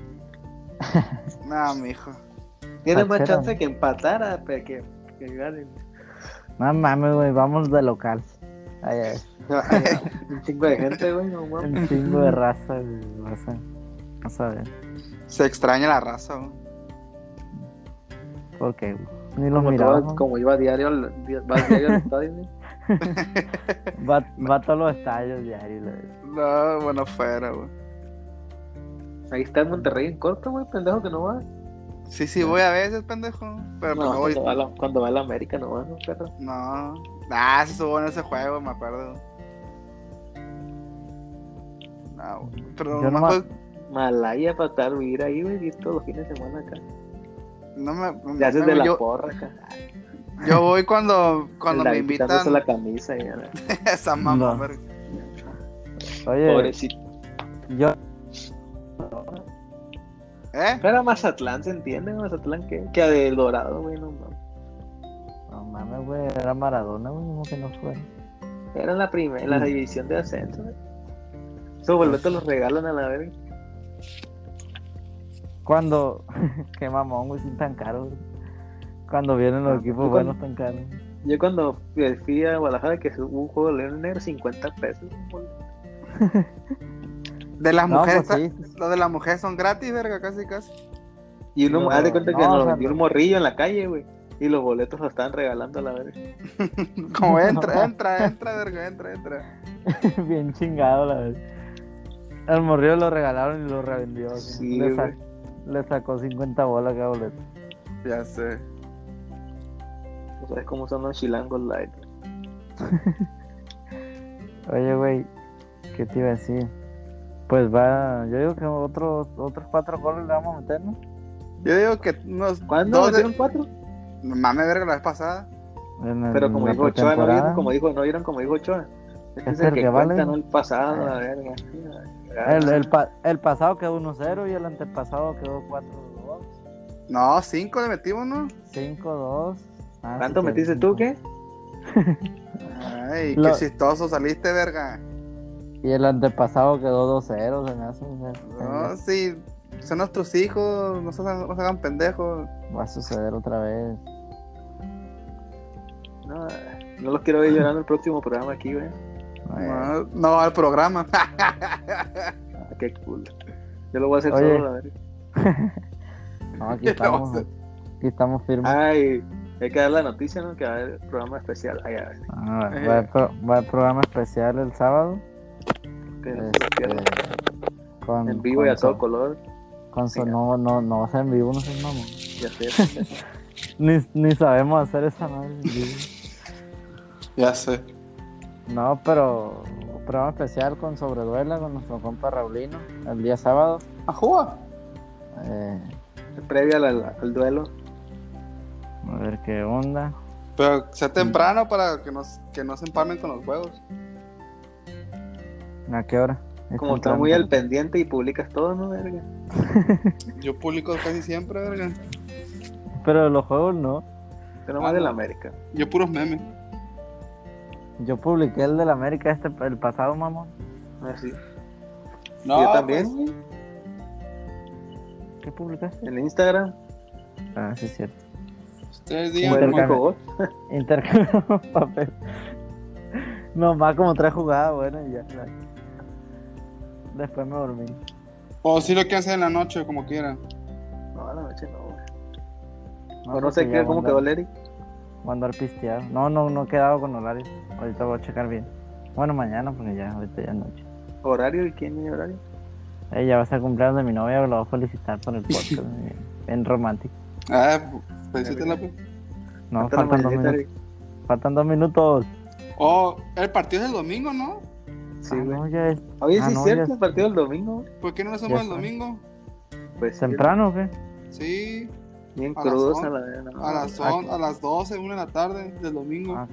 Speaker 3: No, mijo.
Speaker 2: Tienes más
Speaker 1: Empatera.
Speaker 2: chance que empatara, pero que, que ganen.
Speaker 1: No mames, güey. Vamos de local. Ay, ay.
Speaker 2: Un chingo de gente, güey, no mames.
Speaker 1: Un chingo de raza, güey, vas a, vas a ver.
Speaker 3: Se extraña la raza, güey.
Speaker 1: ¿Por qué, güey? Ni los
Speaker 2: Como,
Speaker 1: miraba.
Speaker 2: todo- como iba diario, al- di- vas diario al estadio, güey.
Speaker 1: Va, va a todos los estadios diario. la verdad.
Speaker 3: No, bueno, fuera, güey.
Speaker 2: Ahí está en Monterrey en corto, güey, pendejo que no va.
Speaker 3: Sí, sí, voy a veces, pendejo. Pero no,
Speaker 2: No,
Speaker 3: voy.
Speaker 2: cuando, va la, cuando va la América no va, no, perro.
Speaker 3: No. Ah, se subió en ese juego, me acuerdo. No, güey. Ah, Pero
Speaker 1: Yo
Speaker 3: nomás
Speaker 1: nomás-
Speaker 3: fue-
Speaker 2: Malaya para estar vivir ahí, güey, ir todos los fines de semana acá.
Speaker 3: pues, No me.
Speaker 2: Te haces
Speaker 3: no,
Speaker 2: de la
Speaker 3: yo,
Speaker 2: porra acá.
Speaker 3: yo voy cuando, cuando
Speaker 2: El
Speaker 3: me
Speaker 2: David quitándose
Speaker 3: invitan.
Speaker 2: la camisa y nada.
Speaker 3: Esa mamá,
Speaker 1: No.
Speaker 3: verga.
Speaker 1: Oye,
Speaker 2: Pobrecito.
Speaker 1: yo
Speaker 3: ¿Eh?
Speaker 2: Pero Mazatlán, ¿se entiende? Mazatlán, ¿qué? Que de El Dorado, güey, no mames.
Speaker 1: No mames, güey, era Maradona, güey, como que no fue.
Speaker 2: Era la primera,
Speaker 1: Mm.
Speaker 2: la división de ascenso, güey. Eso vuelve, te los regalan a la verga.
Speaker 1: Cuando, qué mamón, güey, sin tan caro, güey. Cuando vienen los
Speaker 2: Ah,
Speaker 1: equipos
Speaker 2: ¿tú
Speaker 1: buenos tan caros.
Speaker 2: Yo cuando eh, fui a Guadalajara que hubo un juego de León Negro, 50 pesos. güey.
Speaker 3: De las
Speaker 1: No,
Speaker 3: mujeres,
Speaker 1: pues sí.
Speaker 3: los de las mujeres son gratis, verga, casi, casi.
Speaker 2: Y uno,
Speaker 1: No,
Speaker 2: haz de cuenta que
Speaker 1: no,
Speaker 2: nos
Speaker 1: o
Speaker 2: lo
Speaker 1: sea,
Speaker 2: vendió un morrillo en la calle, güey. Y los boletos lo estaban regalando a la verga.
Speaker 3: Como entra, entra, entra, verga, entra, entra.
Speaker 1: Bien chingado la vez. Al morrillo lo regalaron y lo revendió. así.
Speaker 2: Sí,
Speaker 1: le,
Speaker 2: güey.
Speaker 1: sac- le sacó 50 bolas cada boleto.
Speaker 3: Ya sé.
Speaker 2: No sabes cómo son los chilangos light.
Speaker 1: Oye, güey, ¿qué te iba a decir? Pues va, yo digo que otros otros cuatro goles le vamos a meter, ¿no?
Speaker 3: Yo digo que unos.
Speaker 2: ¿Cuándo
Speaker 3: dos de-
Speaker 2: metieron cuatro?
Speaker 3: Mame, verga, la vez pasada.
Speaker 1: En el-
Speaker 2: Pero
Speaker 1: en
Speaker 2: como
Speaker 1: la
Speaker 2: dijo Ochoa, no
Speaker 1: pretemporada.
Speaker 2: vieron, como dijo, no vieron como dijo Ochoa. Este
Speaker 1: Es eh?
Speaker 2: es el
Speaker 1: el
Speaker 2: que
Speaker 1: que vale.
Speaker 2: cuenta, no el pasado, la verga.
Speaker 1: El, el pa- el pasado quedó 1-0 y el antepasado quedó 4-2.
Speaker 3: No, cinco le metimos, ¿no?
Speaker 1: 5-2. Ah,
Speaker 2: ¿Cuánto
Speaker 1: sí,
Speaker 2: metiste
Speaker 1: cinco.
Speaker 2: tú, qué?
Speaker 3: Ay,
Speaker 1: Lo-
Speaker 3: qué chistoso saliste, verga.
Speaker 1: Y el antepasado quedó 2-0, se me hace. se- se-
Speaker 3: No, sí, son nuestros hijos, no se hagan, no se hagan pendejos.
Speaker 1: Va a suceder otra vez.
Speaker 2: No, no los quiero ver llorando el próximo programa aquí, güey.
Speaker 1: Bueno,
Speaker 3: No, no va al programa.
Speaker 2: Ah, qué cool. Yo lo voy a hacer
Speaker 1: Oye.
Speaker 2: solo, la verga.
Speaker 1: no, aquí estamos. Aquí estamos firmes.
Speaker 2: Ah, Ay, hay que dar la noticia, ¿no? Que va a haber programa especial. Ay, a ver.
Speaker 1: Ah,
Speaker 2: eh.
Speaker 1: va, el pro- va el programa especial el sábado.
Speaker 2: que no se lo pierdan.
Speaker 1: este, con,
Speaker 2: En vivo y a
Speaker 1: con
Speaker 2: todo
Speaker 1: so-
Speaker 2: color.
Speaker 1: con so- no, no, no va a ser en vivo, no sé, mamón.
Speaker 2: Ya sé.
Speaker 1: Ni, ni sabemos hacer esa madre en vivo.
Speaker 3: Ya sé.
Speaker 1: No, pero un programa especial con Sobreduela, con nuestro compa Raulino, el día sábado.
Speaker 3: Ajúa.
Speaker 1: Eh,
Speaker 2: Previa al, al duelo.
Speaker 1: a ver qué onda.
Speaker 3: Pero que sea temprano para que nos que no se empalmen con los juegos.
Speaker 1: ¿A qué hora?
Speaker 2: Como está
Speaker 1: temprano.
Speaker 2: muy al pendiente y publicas todo, ¿no, verga?
Speaker 3: Yo publico casi siempre, verga.
Speaker 1: Pero los juegos no.
Speaker 2: Pero más
Speaker 3: Ah,
Speaker 2: de
Speaker 3: no.
Speaker 2: la América.
Speaker 3: Yo puros memes.
Speaker 1: Yo publiqué el del América este el pasado, mamón.
Speaker 2: Así.
Speaker 3: No,
Speaker 2: Yo también,
Speaker 3: pues,
Speaker 2: güey.
Speaker 1: ¿Qué publicaste?
Speaker 2: En Instagram.
Speaker 1: Ah, sí es cierto.
Speaker 3: ustedes
Speaker 2: Fue
Speaker 3: digan,
Speaker 2: el
Speaker 1: Intercambio.
Speaker 2: único gol.
Speaker 1: Intercambio de papel. Nomás como tres jugadas, bueno, y ya. Después me dormí.
Speaker 3: o si lo que hacen en la noche, como quieran.
Speaker 2: No, a la noche no, güey.
Speaker 1: No,
Speaker 2: O no sé
Speaker 1: porque
Speaker 2: qué,
Speaker 1: ya
Speaker 2: cómo
Speaker 1: voy a
Speaker 2: quedó
Speaker 1: andar-
Speaker 2: Leri.
Speaker 1: voy a andar pisteado. No, no, no he quedado con horario. Ahorita voy a checar bien. Bueno, mañana, porque ya, ahorita ya es noche.
Speaker 2: Horario y quién es horario.
Speaker 1: Ella va a ser cumpleaños de mi novia, lo voy a felicitar por el podcast. bien, bien romántico.
Speaker 3: Ah, felicítela, pues.
Speaker 1: No,
Speaker 2: Hasta la
Speaker 1: faltan dos
Speaker 2: mañanita,
Speaker 1: minutos. Faltan dos minutos.
Speaker 3: Oh, el partido es el domingo, ¿no?
Speaker 2: Leri.
Speaker 1: Ah,
Speaker 2: Sí, güey.
Speaker 1: no, ya es
Speaker 2: Oye,
Speaker 1: Ah,
Speaker 2: sí, es
Speaker 1: no,
Speaker 2: cierto,
Speaker 1: ya-
Speaker 2: el partido del domingo, güey.
Speaker 3: ¿Por qué no lo hacemos
Speaker 1: Ya
Speaker 3: el
Speaker 1: sé.
Speaker 3: domingo?
Speaker 2: Pues sí,
Speaker 1: temprano, ¿o qué?
Speaker 3: Sí,
Speaker 2: Bien
Speaker 3: a las
Speaker 2: crudos
Speaker 3: on-
Speaker 2: a la verga. no,
Speaker 3: a las, on- a las 12, 1 de la tarde del domingo.
Speaker 1: Ah.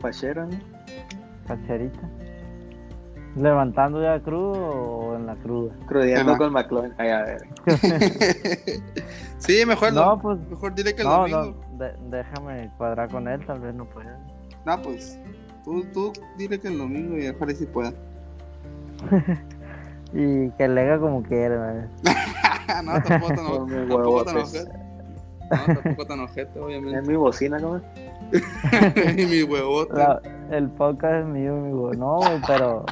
Speaker 2: Pachera, ¿no?
Speaker 1: Cacherita. ¿Levantando ya crudo o en la cruda?
Speaker 2: Crudeando
Speaker 3: Ajá.
Speaker 2: con McLovin. Ay, a ver.
Speaker 3: sí, mejor, el
Speaker 1: No,
Speaker 3: dom-
Speaker 1: pues.
Speaker 3: mejor diré que el
Speaker 1: No, no,
Speaker 3: domingo.
Speaker 1: de- déjame cuadrar con él, tal vez no pueda.
Speaker 3: No, pues tú, tú dile que el domingo y ojalá y si pueda.
Speaker 1: Y que lega como quiera. ¿eh?
Speaker 3: Ah, no, tampoco tan,
Speaker 2: Por mi
Speaker 3: ojete,
Speaker 2: huevo,
Speaker 3: tampoco tan
Speaker 2: pues.
Speaker 3: ojete. No, tampoco tan ojete,
Speaker 2: Es
Speaker 3: obviamente.
Speaker 2: mi bocina, ¿cómo? es?
Speaker 3: y mi huevote.
Speaker 1: La- el podcast es mío, mi güey. No, güey, pero.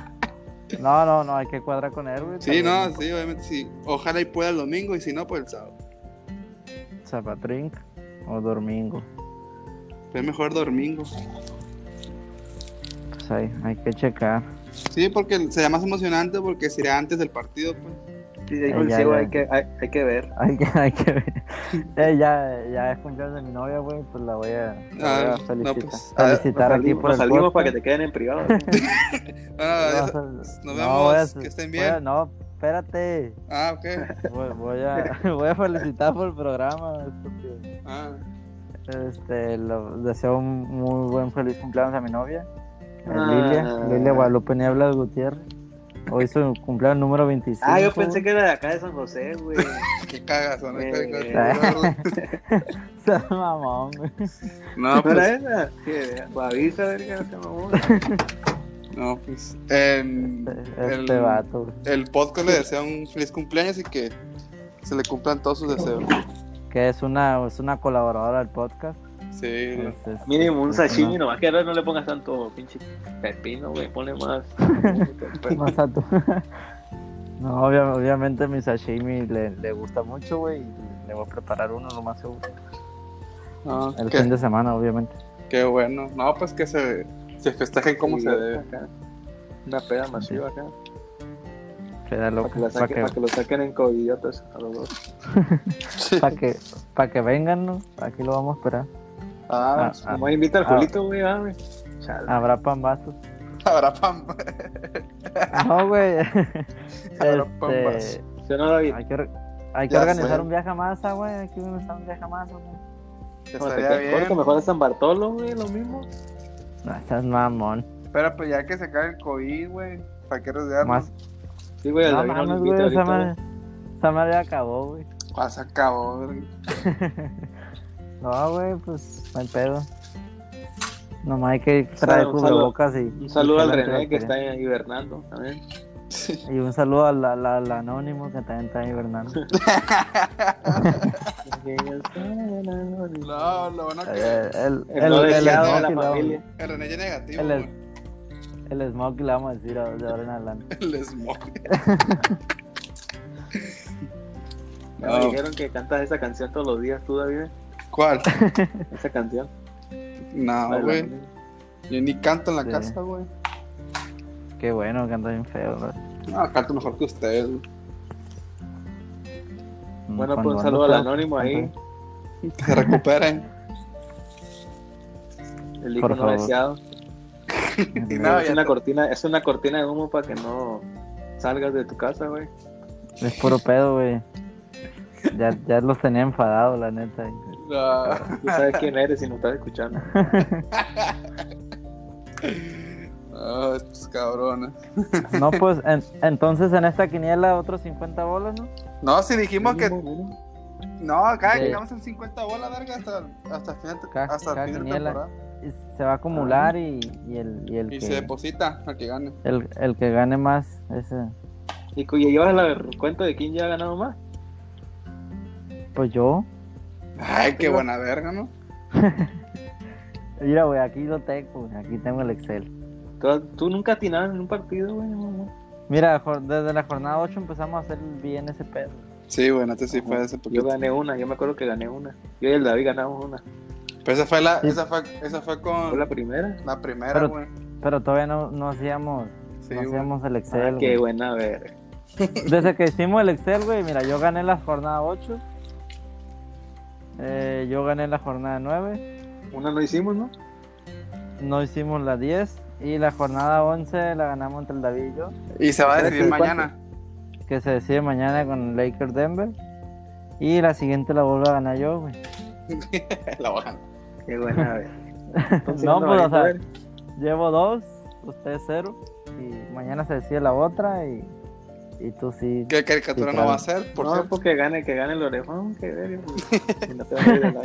Speaker 1: No, no, no, hay que cuadrar con él, güey.
Speaker 3: Sí, no,
Speaker 1: tal vez
Speaker 3: sí, obviamente sí. Ojalá y pueda el domingo y si no, pues el sábado.
Speaker 1: Zapatrink o Domingo.
Speaker 3: Es mejor domingo.
Speaker 1: Pues ahí, hay que checar.
Speaker 3: Sí, porque sería más emocionante porque sería antes del partido, pues.
Speaker 2: Sí, dijo
Speaker 1: Ay,
Speaker 2: el
Speaker 1: ya,
Speaker 2: ciego,
Speaker 1: ya.
Speaker 2: hay que, hay, hay que ver.
Speaker 1: Hay que, hay que ver. Eh, ya, ya es cumpleaños de mi novia, güey, pues la voy a, la voy
Speaker 3: Ah,
Speaker 1: a felicitar.
Speaker 3: no, pues, ah,
Speaker 1: felicitar
Speaker 2: Nos
Speaker 1: aquí
Speaker 2: salimos,
Speaker 1: por
Speaker 2: nos
Speaker 1: el podcast.
Speaker 2: salimos para que te queden en privado. güey.
Speaker 3: Ah,
Speaker 1: No,
Speaker 3: ya-
Speaker 1: o sea,
Speaker 3: nos
Speaker 1: no, voy a-
Speaker 3: vemos, que estén bien.
Speaker 1: voy a- no, espérate.
Speaker 3: Ah, ok.
Speaker 1: Voy, voy a, voy a felicitar por el programa. estúpido.
Speaker 3: Ah,
Speaker 1: Este, lo- deseo un muy buen feliz cumpleaños a mi novia, a
Speaker 2: Ah.
Speaker 1: Lilia, Lilia Guadalupe Nieblas Gutiérrez. Hoy su cumpleaños número 25.
Speaker 2: Ah, yo pensé que era de acá de San José, güey.
Speaker 3: qué cagas, ¿no?
Speaker 2: Eh,
Speaker 1: Seas mamón, güey. Ah,
Speaker 3: No,
Speaker 2: ¿No era
Speaker 3: pues,
Speaker 2: esa? Que avisa, verga, se mamó.
Speaker 3: no, pues. en-
Speaker 1: Este
Speaker 3: el-
Speaker 1: vato, güey.
Speaker 3: el podcast le desea un feliz cumpleaños y que se le cumplan todos sus deseos.
Speaker 1: Que es una, es una colaboradora del podcast.
Speaker 3: Sí, no.
Speaker 1: Este, este,
Speaker 2: Mínimo un
Speaker 1: es una-
Speaker 2: sashimi, nomás que ahora no le pongas tanto pinche pepino, güey. Pone más.
Speaker 1: más a tu- No, obvia- obviamente mi sashimi le, le gusta mucho, güey. y Le voy a preparar uno, lo más seguro.
Speaker 3: Ah,
Speaker 1: El fin
Speaker 3: qué,
Speaker 1: de semana, obviamente.
Speaker 3: qué bueno. No, pues que se, se festejen como
Speaker 2: Sí,
Speaker 3: se debe.
Speaker 2: acá. Una peda masiva acá.
Speaker 1: Queda loco.
Speaker 2: Para
Speaker 1: Para
Speaker 2: que, la saquen,
Speaker 1: que,
Speaker 2: pa' que lo saquen en covidiotas a los dos.
Speaker 1: pa' que, pa' que vengan, ¿no? Aquí lo vamos a esperar.
Speaker 2: Ah,
Speaker 1: Ah, ah,
Speaker 2: como invita al
Speaker 1: ah.
Speaker 2: Julito, güey, ah, güey. Chale.
Speaker 1: Habrá pambazos.
Speaker 3: Habrá pan.
Speaker 1: No, güey.
Speaker 3: Habrá
Speaker 1: este,
Speaker 3: pambazos.
Speaker 2: Yo no lo vi.
Speaker 1: hay que, or- hay que
Speaker 3: Ya
Speaker 1: organizar
Speaker 3: sé.
Speaker 1: un viaje a masa, güey. Hay que organizar un viaje a masa, güey.
Speaker 2: Como
Speaker 3: Estaría
Speaker 2: te quedas corto,
Speaker 3: bien. pues.
Speaker 2: mejor a San Bartolo, güey, lo mismo.
Speaker 1: No, estás mamón.
Speaker 3: Pero pues ya que se acabe el COVID, güey. ¿Para qué rodearnos?
Speaker 1: Más.
Speaker 2: Sí, güey, al
Speaker 1: No
Speaker 2: David no lo
Speaker 1: mames,
Speaker 2: invita
Speaker 1: güey. Esa
Speaker 2: ahorita,
Speaker 1: madre, esa madre ya acabó, güey.
Speaker 3: Ah, se acabó. güey.
Speaker 1: No, güey, pues no hay pedo. Nomás hay que traer
Speaker 2: Saludo,
Speaker 1: cubrebocas y.
Speaker 2: güey. Un saludo
Speaker 1: y
Speaker 2: al
Speaker 1: gel
Speaker 2: René que
Speaker 1: antibacterial.
Speaker 2: está ahí hibernando también.
Speaker 3: Sí.
Speaker 1: Y un saludo al, al- al anónimo que también está hibernando.
Speaker 2: El
Speaker 3: No, lo bueno
Speaker 1: El,
Speaker 3: que
Speaker 1: el,
Speaker 2: Eh, no
Speaker 1: el- el
Speaker 2: deseado de la
Speaker 1: Smokey lo-
Speaker 2: familia.
Speaker 3: el René ya es negativo,
Speaker 1: El,
Speaker 3: güey.
Speaker 1: el Smokey lo vamos a decir de ahora en adelante.
Speaker 3: El smoke.
Speaker 2: Me
Speaker 3: No.
Speaker 2: dijeron que cantas esa canción todos los días, tú, David.
Speaker 3: ¿Cuál?
Speaker 2: Esa canción.
Speaker 3: No,
Speaker 2: Bailando.
Speaker 3: güey. Yo ni canto en la
Speaker 1: Sí.
Speaker 3: casa, güey.
Speaker 1: Qué bueno, que anda bien feo, ¿verdad?
Speaker 3: No, canto mejor que ustedes, güey.
Speaker 2: Bueno,
Speaker 1: Cuando
Speaker 2: pues un
Speaker 1: ando
Speaker 2: saludo al
Speaker 1: feo,
Speaker 2: anónimo ahí.
Speaker 3: Que se recuperen.
Speaker 2: El hijo
Speaker 1: Por
Speaker 2: no
Speaker 1: favor.
Speaker 2: deseado.
Speaker 3: y
Speaker 1: Ujú.
Speaker 3: nada,
Speaker 2: es,
Speaker 3: ya
Speaker 2: una
Speaker 3: te-
Speaker 2: cortina, es una cortina de humo para que no salgas de tu casa, güey.
Speaker 1: Es puro pedo, güey. Ya, ya los tenía enfadados, la neta.
Speaker 3: No.
Speaker 2: Tú sabes quién eres y no estás escuchando.
Speaker 3: Ah, estos cabrones.
Speaker 1: No, pues en- entonces en esta quiniela otros 50 bolas, ¿no?
Speaker 3: No, si dijimos que. No, acá
Speaker 1: Sí.
Speaker 3: quedamos en 50 bolas, verga, hasta, hasta el final,
Speaker 1: Ca-
Speaker 3: hasta el
Speaker 1: cada
Speaker 3: final de
Speaker 1: quiniela.
Speaker 3: temporada.
Speaker 1: Y Se va a
Speaker 2: Ah.
Speaker 1: acumular y, y el, y el
Speaker 3: Y
Speaker 1: que,
Speaker 3: se deposita al que gane.
Speaker 1: el, el que gane más, ese.
Speaker 2: Y cuya llevas la cuenta de quién ya ha ganado más.
Speaker 1: Pues yo.
Speaker 3: Ay, qué buena verga, ¿no?
Speaker 1: Mira, güey, aquí lo tengo, güey, aquí tengo el Excel.
Speaker 2: Tú, tú nunca atinabas en un partido, güey. no, no.
Speaker 1: Mira, jor- desde la jornada 8 empezamos a hacer bien ese pedo.
Speaker 3: Sí, bueno, este sí fue hace
Speaker 2: Yo
Speaker 3: poquito.
Speaker 2: gané una, yo me acuerdo que gané una. Yo y el David ganamos una.
Speaker 3: Pero esa fue la,
Speaker 1: Sí.
Speaker 3: esa fue, esa fue
Speaker 2: ¿Fue
Speaker 3: con
Speaker 2: la
Speaker 3: la,
Speaker 2: primera?
Speaker 3: primera,
Speaker 1: Pero-
Speaker 3: güey.
Speaker 1: Pero todavía no, no hacíamos,
Speaker 3: Sí,
Speaker 1: no
Speaker 3: güey.
Speaker 1: hacíamos el
Speaker 2: Ah,
Speaker 1: Excel. güey.
Speaker 2: qué buena ver.
Speaker 1: Desde que hicimos el Excel, güey, mira, yo gané la jornada 8. eh, yo gané la jornada 9.
Speaker 2: Una no hicimos, ¿no?
Speaker 1: No hicimos la 10. Y la jornada 11 la ganamos entre el David y yo.
Speaker 3: Y se va a
Speaker 2: ¿Pero
Speaker 3: decidir
Speaker 2: ese cuánto?
Speaker 3: mañana.
Speaker 1: Que se decide mañana con Lakers Denver. Y la siguiente la vuelvo a ganar yo, güey.
Speaker 3: la bajan.
Speaker 2: Qué buena ver. Entonces,
Speaker 1: No, pues, o
Speaker 2: valiendo
Speaker 1: sea,
Speaker 2: ver.
Speaker 1: Llevo dos, ustedes cero. Y mañana se decide la otra y, y tú sí.
Speaker 3: ¿Qué caricatura
Speaker 1: Sí,
Speaker 3: no
Speaker 1: claro.
Speaker 3: va a ser? Por
Speaker 2: no,
Speaker 3: cierto.
Speaker 2: porque gane, que gane el orejón, que ver. güey. No te vas a ir al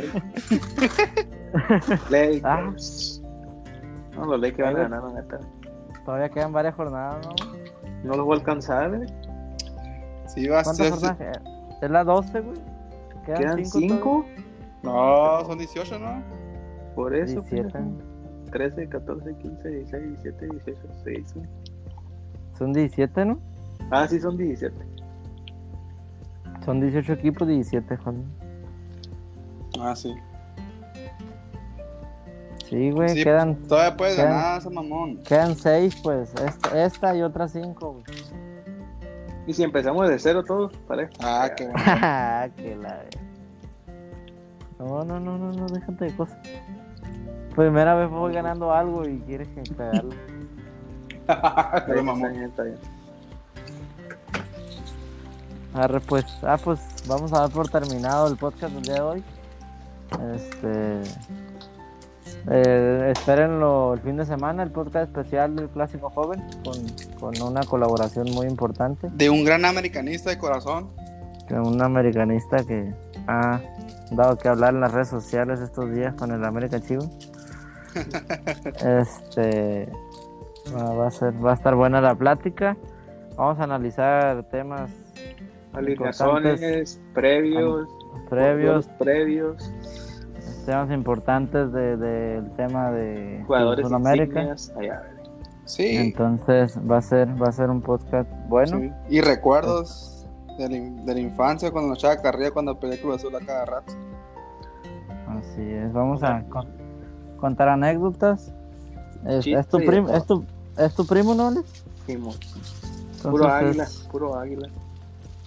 Speaker 2: aire. Lakers.
Speaker 1: Ah.
Speaker 2: No, los Lakers van a ganar, la neta.
Speaker 1: Todavía quedan varias jornadas, ¿no? güey?
Speaker 2: No los voy a alcanzar, ¿eh? güey.
Speaker 3: Sí, va a
Speaker 1: pues, ¿Cuántas
Speaker 3: ser.
Speaker 1: jornadas? quedan? Es la 12, güey.
Speaker 2: Quedan
Speaker 1: todavía.
Speaker 2: 5.
Speaker 3: No, son 18, ¿no?
Speaker 2: Por eso. pues,
Speaker 1: 17.
Speaker 2: pendejo. 13, 14, 15, 16, 17, 18, 6.
Speaker 1: Son 17, ¿no?
Speaker 2: Ah, sí, son 17.
Speaker 1: Son 18 equipos, 17, Juan.
Speaker 3: Ah, sí.
Speaker 1: Sí, güey,
Speaker 3: Sí,
Speaker 1: quedan,
Speaker 3: Todavía puedes
Speaker 1: Quedan-
Speaker 3: ganar, ese mamón.
Speaker 1: quedan 6, pues. Esta, esta y otras 5, güey.
Speaker 2: Y si empezamos de cero todos, ¿vale?
Speaker 3: Ah, qué bueno.
Speaker 1: Ah, que la ve. No, no, no, no, no, déjate de cosas. Primera vez voy ganando algo y quieres que cagarlo.
Speaker 2: Está
Speaker 3: Qué
Speaker 2: bien,
Speaker 3: mamón.
Speaker 2: está bien, está bien.
Speaker 1: Arre, pues, ah, pues vamos a dar por terminado el podcast del día de hoy. Este. eh, espérenlo el fin de semana, el podcast especial del Clásico Joven, con, con una colaboración muy importante.
Speaker 3: De un gran americanista de corazón.
Speaker 1: Con un americanista que ha dado que hablar en las redes sociales estos días con el América Chivo. Este. va- Va a, ser, va a estar buena la plática. Vamos a analizar temas
Speaker 2: Alineaciones, previos,
Speaker 1: previos,
Speaker 2: jugadores previos,
Speaker 1: temas importantes de- del tema de
Speaker 2: jugadores
Speaker 1: Sudamérica,
Speaker 2: insignias. Allá, a ver.
Speaker 3: Sí.
Speaker 1: Entonces va a ser, va a ser un podcast bueno.
Speaker 3: sí. Y recuerdos de la, in- de la infancia cuando nos echaba carrilla cuando peleé Cruz Azul a cada rato.
Speaker 1: Así es, vamos a con- contar anécdotas. Es,
Speaker 2: Chiste
Speaker 1: es tu
Speaker 2: y
Speaker 1: primo,
Speaker 2: de todo.
Speaker 1: es tu, es tu primo, ¿no? Alex?
Speaker 2: Simón.
Speaker 1: Entonces, pues,
Speaker 2: Puro
Speaker 1: es
Speaker 2: águila, puro águila.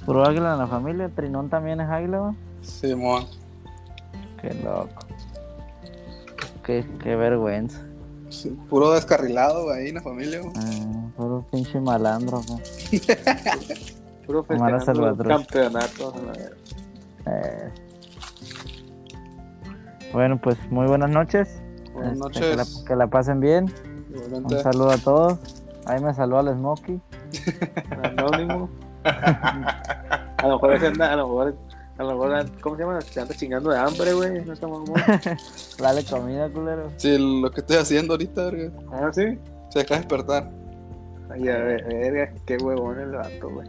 Speaker 1: Puro águila en la familia, Trinón también es águila, ¿va?
Speaker 3: Simón.
Speaker 1: Qué loco. Qué, qué vergüenza.
Speaker 3: Sí, Puro descarrilado güey, ahí en la familia. güey.
Speaker 1: Ah, puro pinche malandro. güey.
Speaker 2: Puro
Speaker 1: Omar
Speaker 2: festejando
Speaker 1: Salvatrucha.
Speaker 2: campeonatos. a la verga.
Speaker 1: Eh. Bueno, pues muy buenas noches.
Speaker 2: Ah,
Speaker 3: Buenas
Speaker 1: Este, que la-
Speaker 3: noches.
Speaker 1: que la pasen bien.
Speaker 3: Igualmente.
Speaker 1: Un saludo a todos. Ahí me saludó al Smokey.
Speaker 2: Anónimo. A lo mejor, ese anda- a lo mejor, a lo mejor, ¿cómo se llama? Se anda chingando de hambre, güey. No estamos muy.
Speaker 1: Dale comida, culero.
Speaker 3: Sí, lo que estoy haciendo ahorita, verga.
Speaker 2: Ah, sí.
Speaker 3: Se deja despertar.
Speaker 2: Ay, a ver, verga, qué huevón el vato, güey.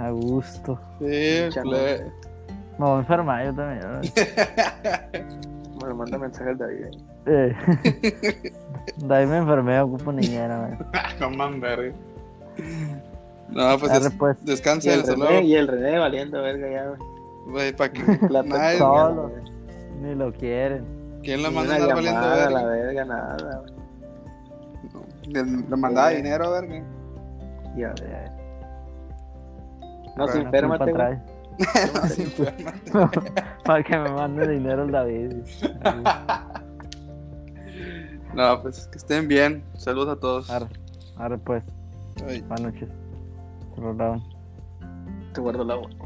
Speaker 1: A gusto.
Speaker 3: Sí,
Speaker 2: Mucha
Speaker 3: le-
Speaker 1: Me voy a enfermar yo también.
Speaker 2: Me lo manda mensajes David. eh.
Speaker 1: Eh. De ahí me enfermé, ocupo niñera. güey.
Speaker 3: No mames, verga. No, pues
Speaker 1: Arre,
Speaker 3: des-
Speaker 1: pues,
Speaker 2: Y
Speaker 3: descansen,
Speaker 2: el,
Speaker 3: hasta
Speaker 2: René,
Speaker 3: luego.
Speaker 2: y el René valiendo, verga, ya, güey.
Speaker 3: Güey, para que
Speaker 2: Plato
Speaker 3: nadie,
Speaker 1: todo.
Speaker 2: solo.
Speaker 1: ni lo quieren.
Speaker 3: ¿Quién lo
Speaker 2: Ni una
Speaker 3: manda a andar valiendo
Speaker 2: llamada, a la
Speaker 3: verga?
Speaker 2: verga, nada, güey.
Speaker 3: Le, le mandaba dinero, verga. Ah,
Speaker 2: Ya, güey.
Speaker 1: Eh,
Speaker 2: No,
Speaker 3: Bueno,
Speaker 2: se
Speaker 1: culpa
Speaker 2: enférmate, güey.
Speaker 1: trae.
Speaker 3: No, sí, enferma.
Speaker 1: Para que me mande dinero el David.
Speaker 3: No, pues que estén bien. Saludos a todos.
Speaker 1: Ahora, pues,
Speaker 3: Ay.
Speaker 1: buenas noches. Se lo lavan.
Speaker 2: Te guardo la agua.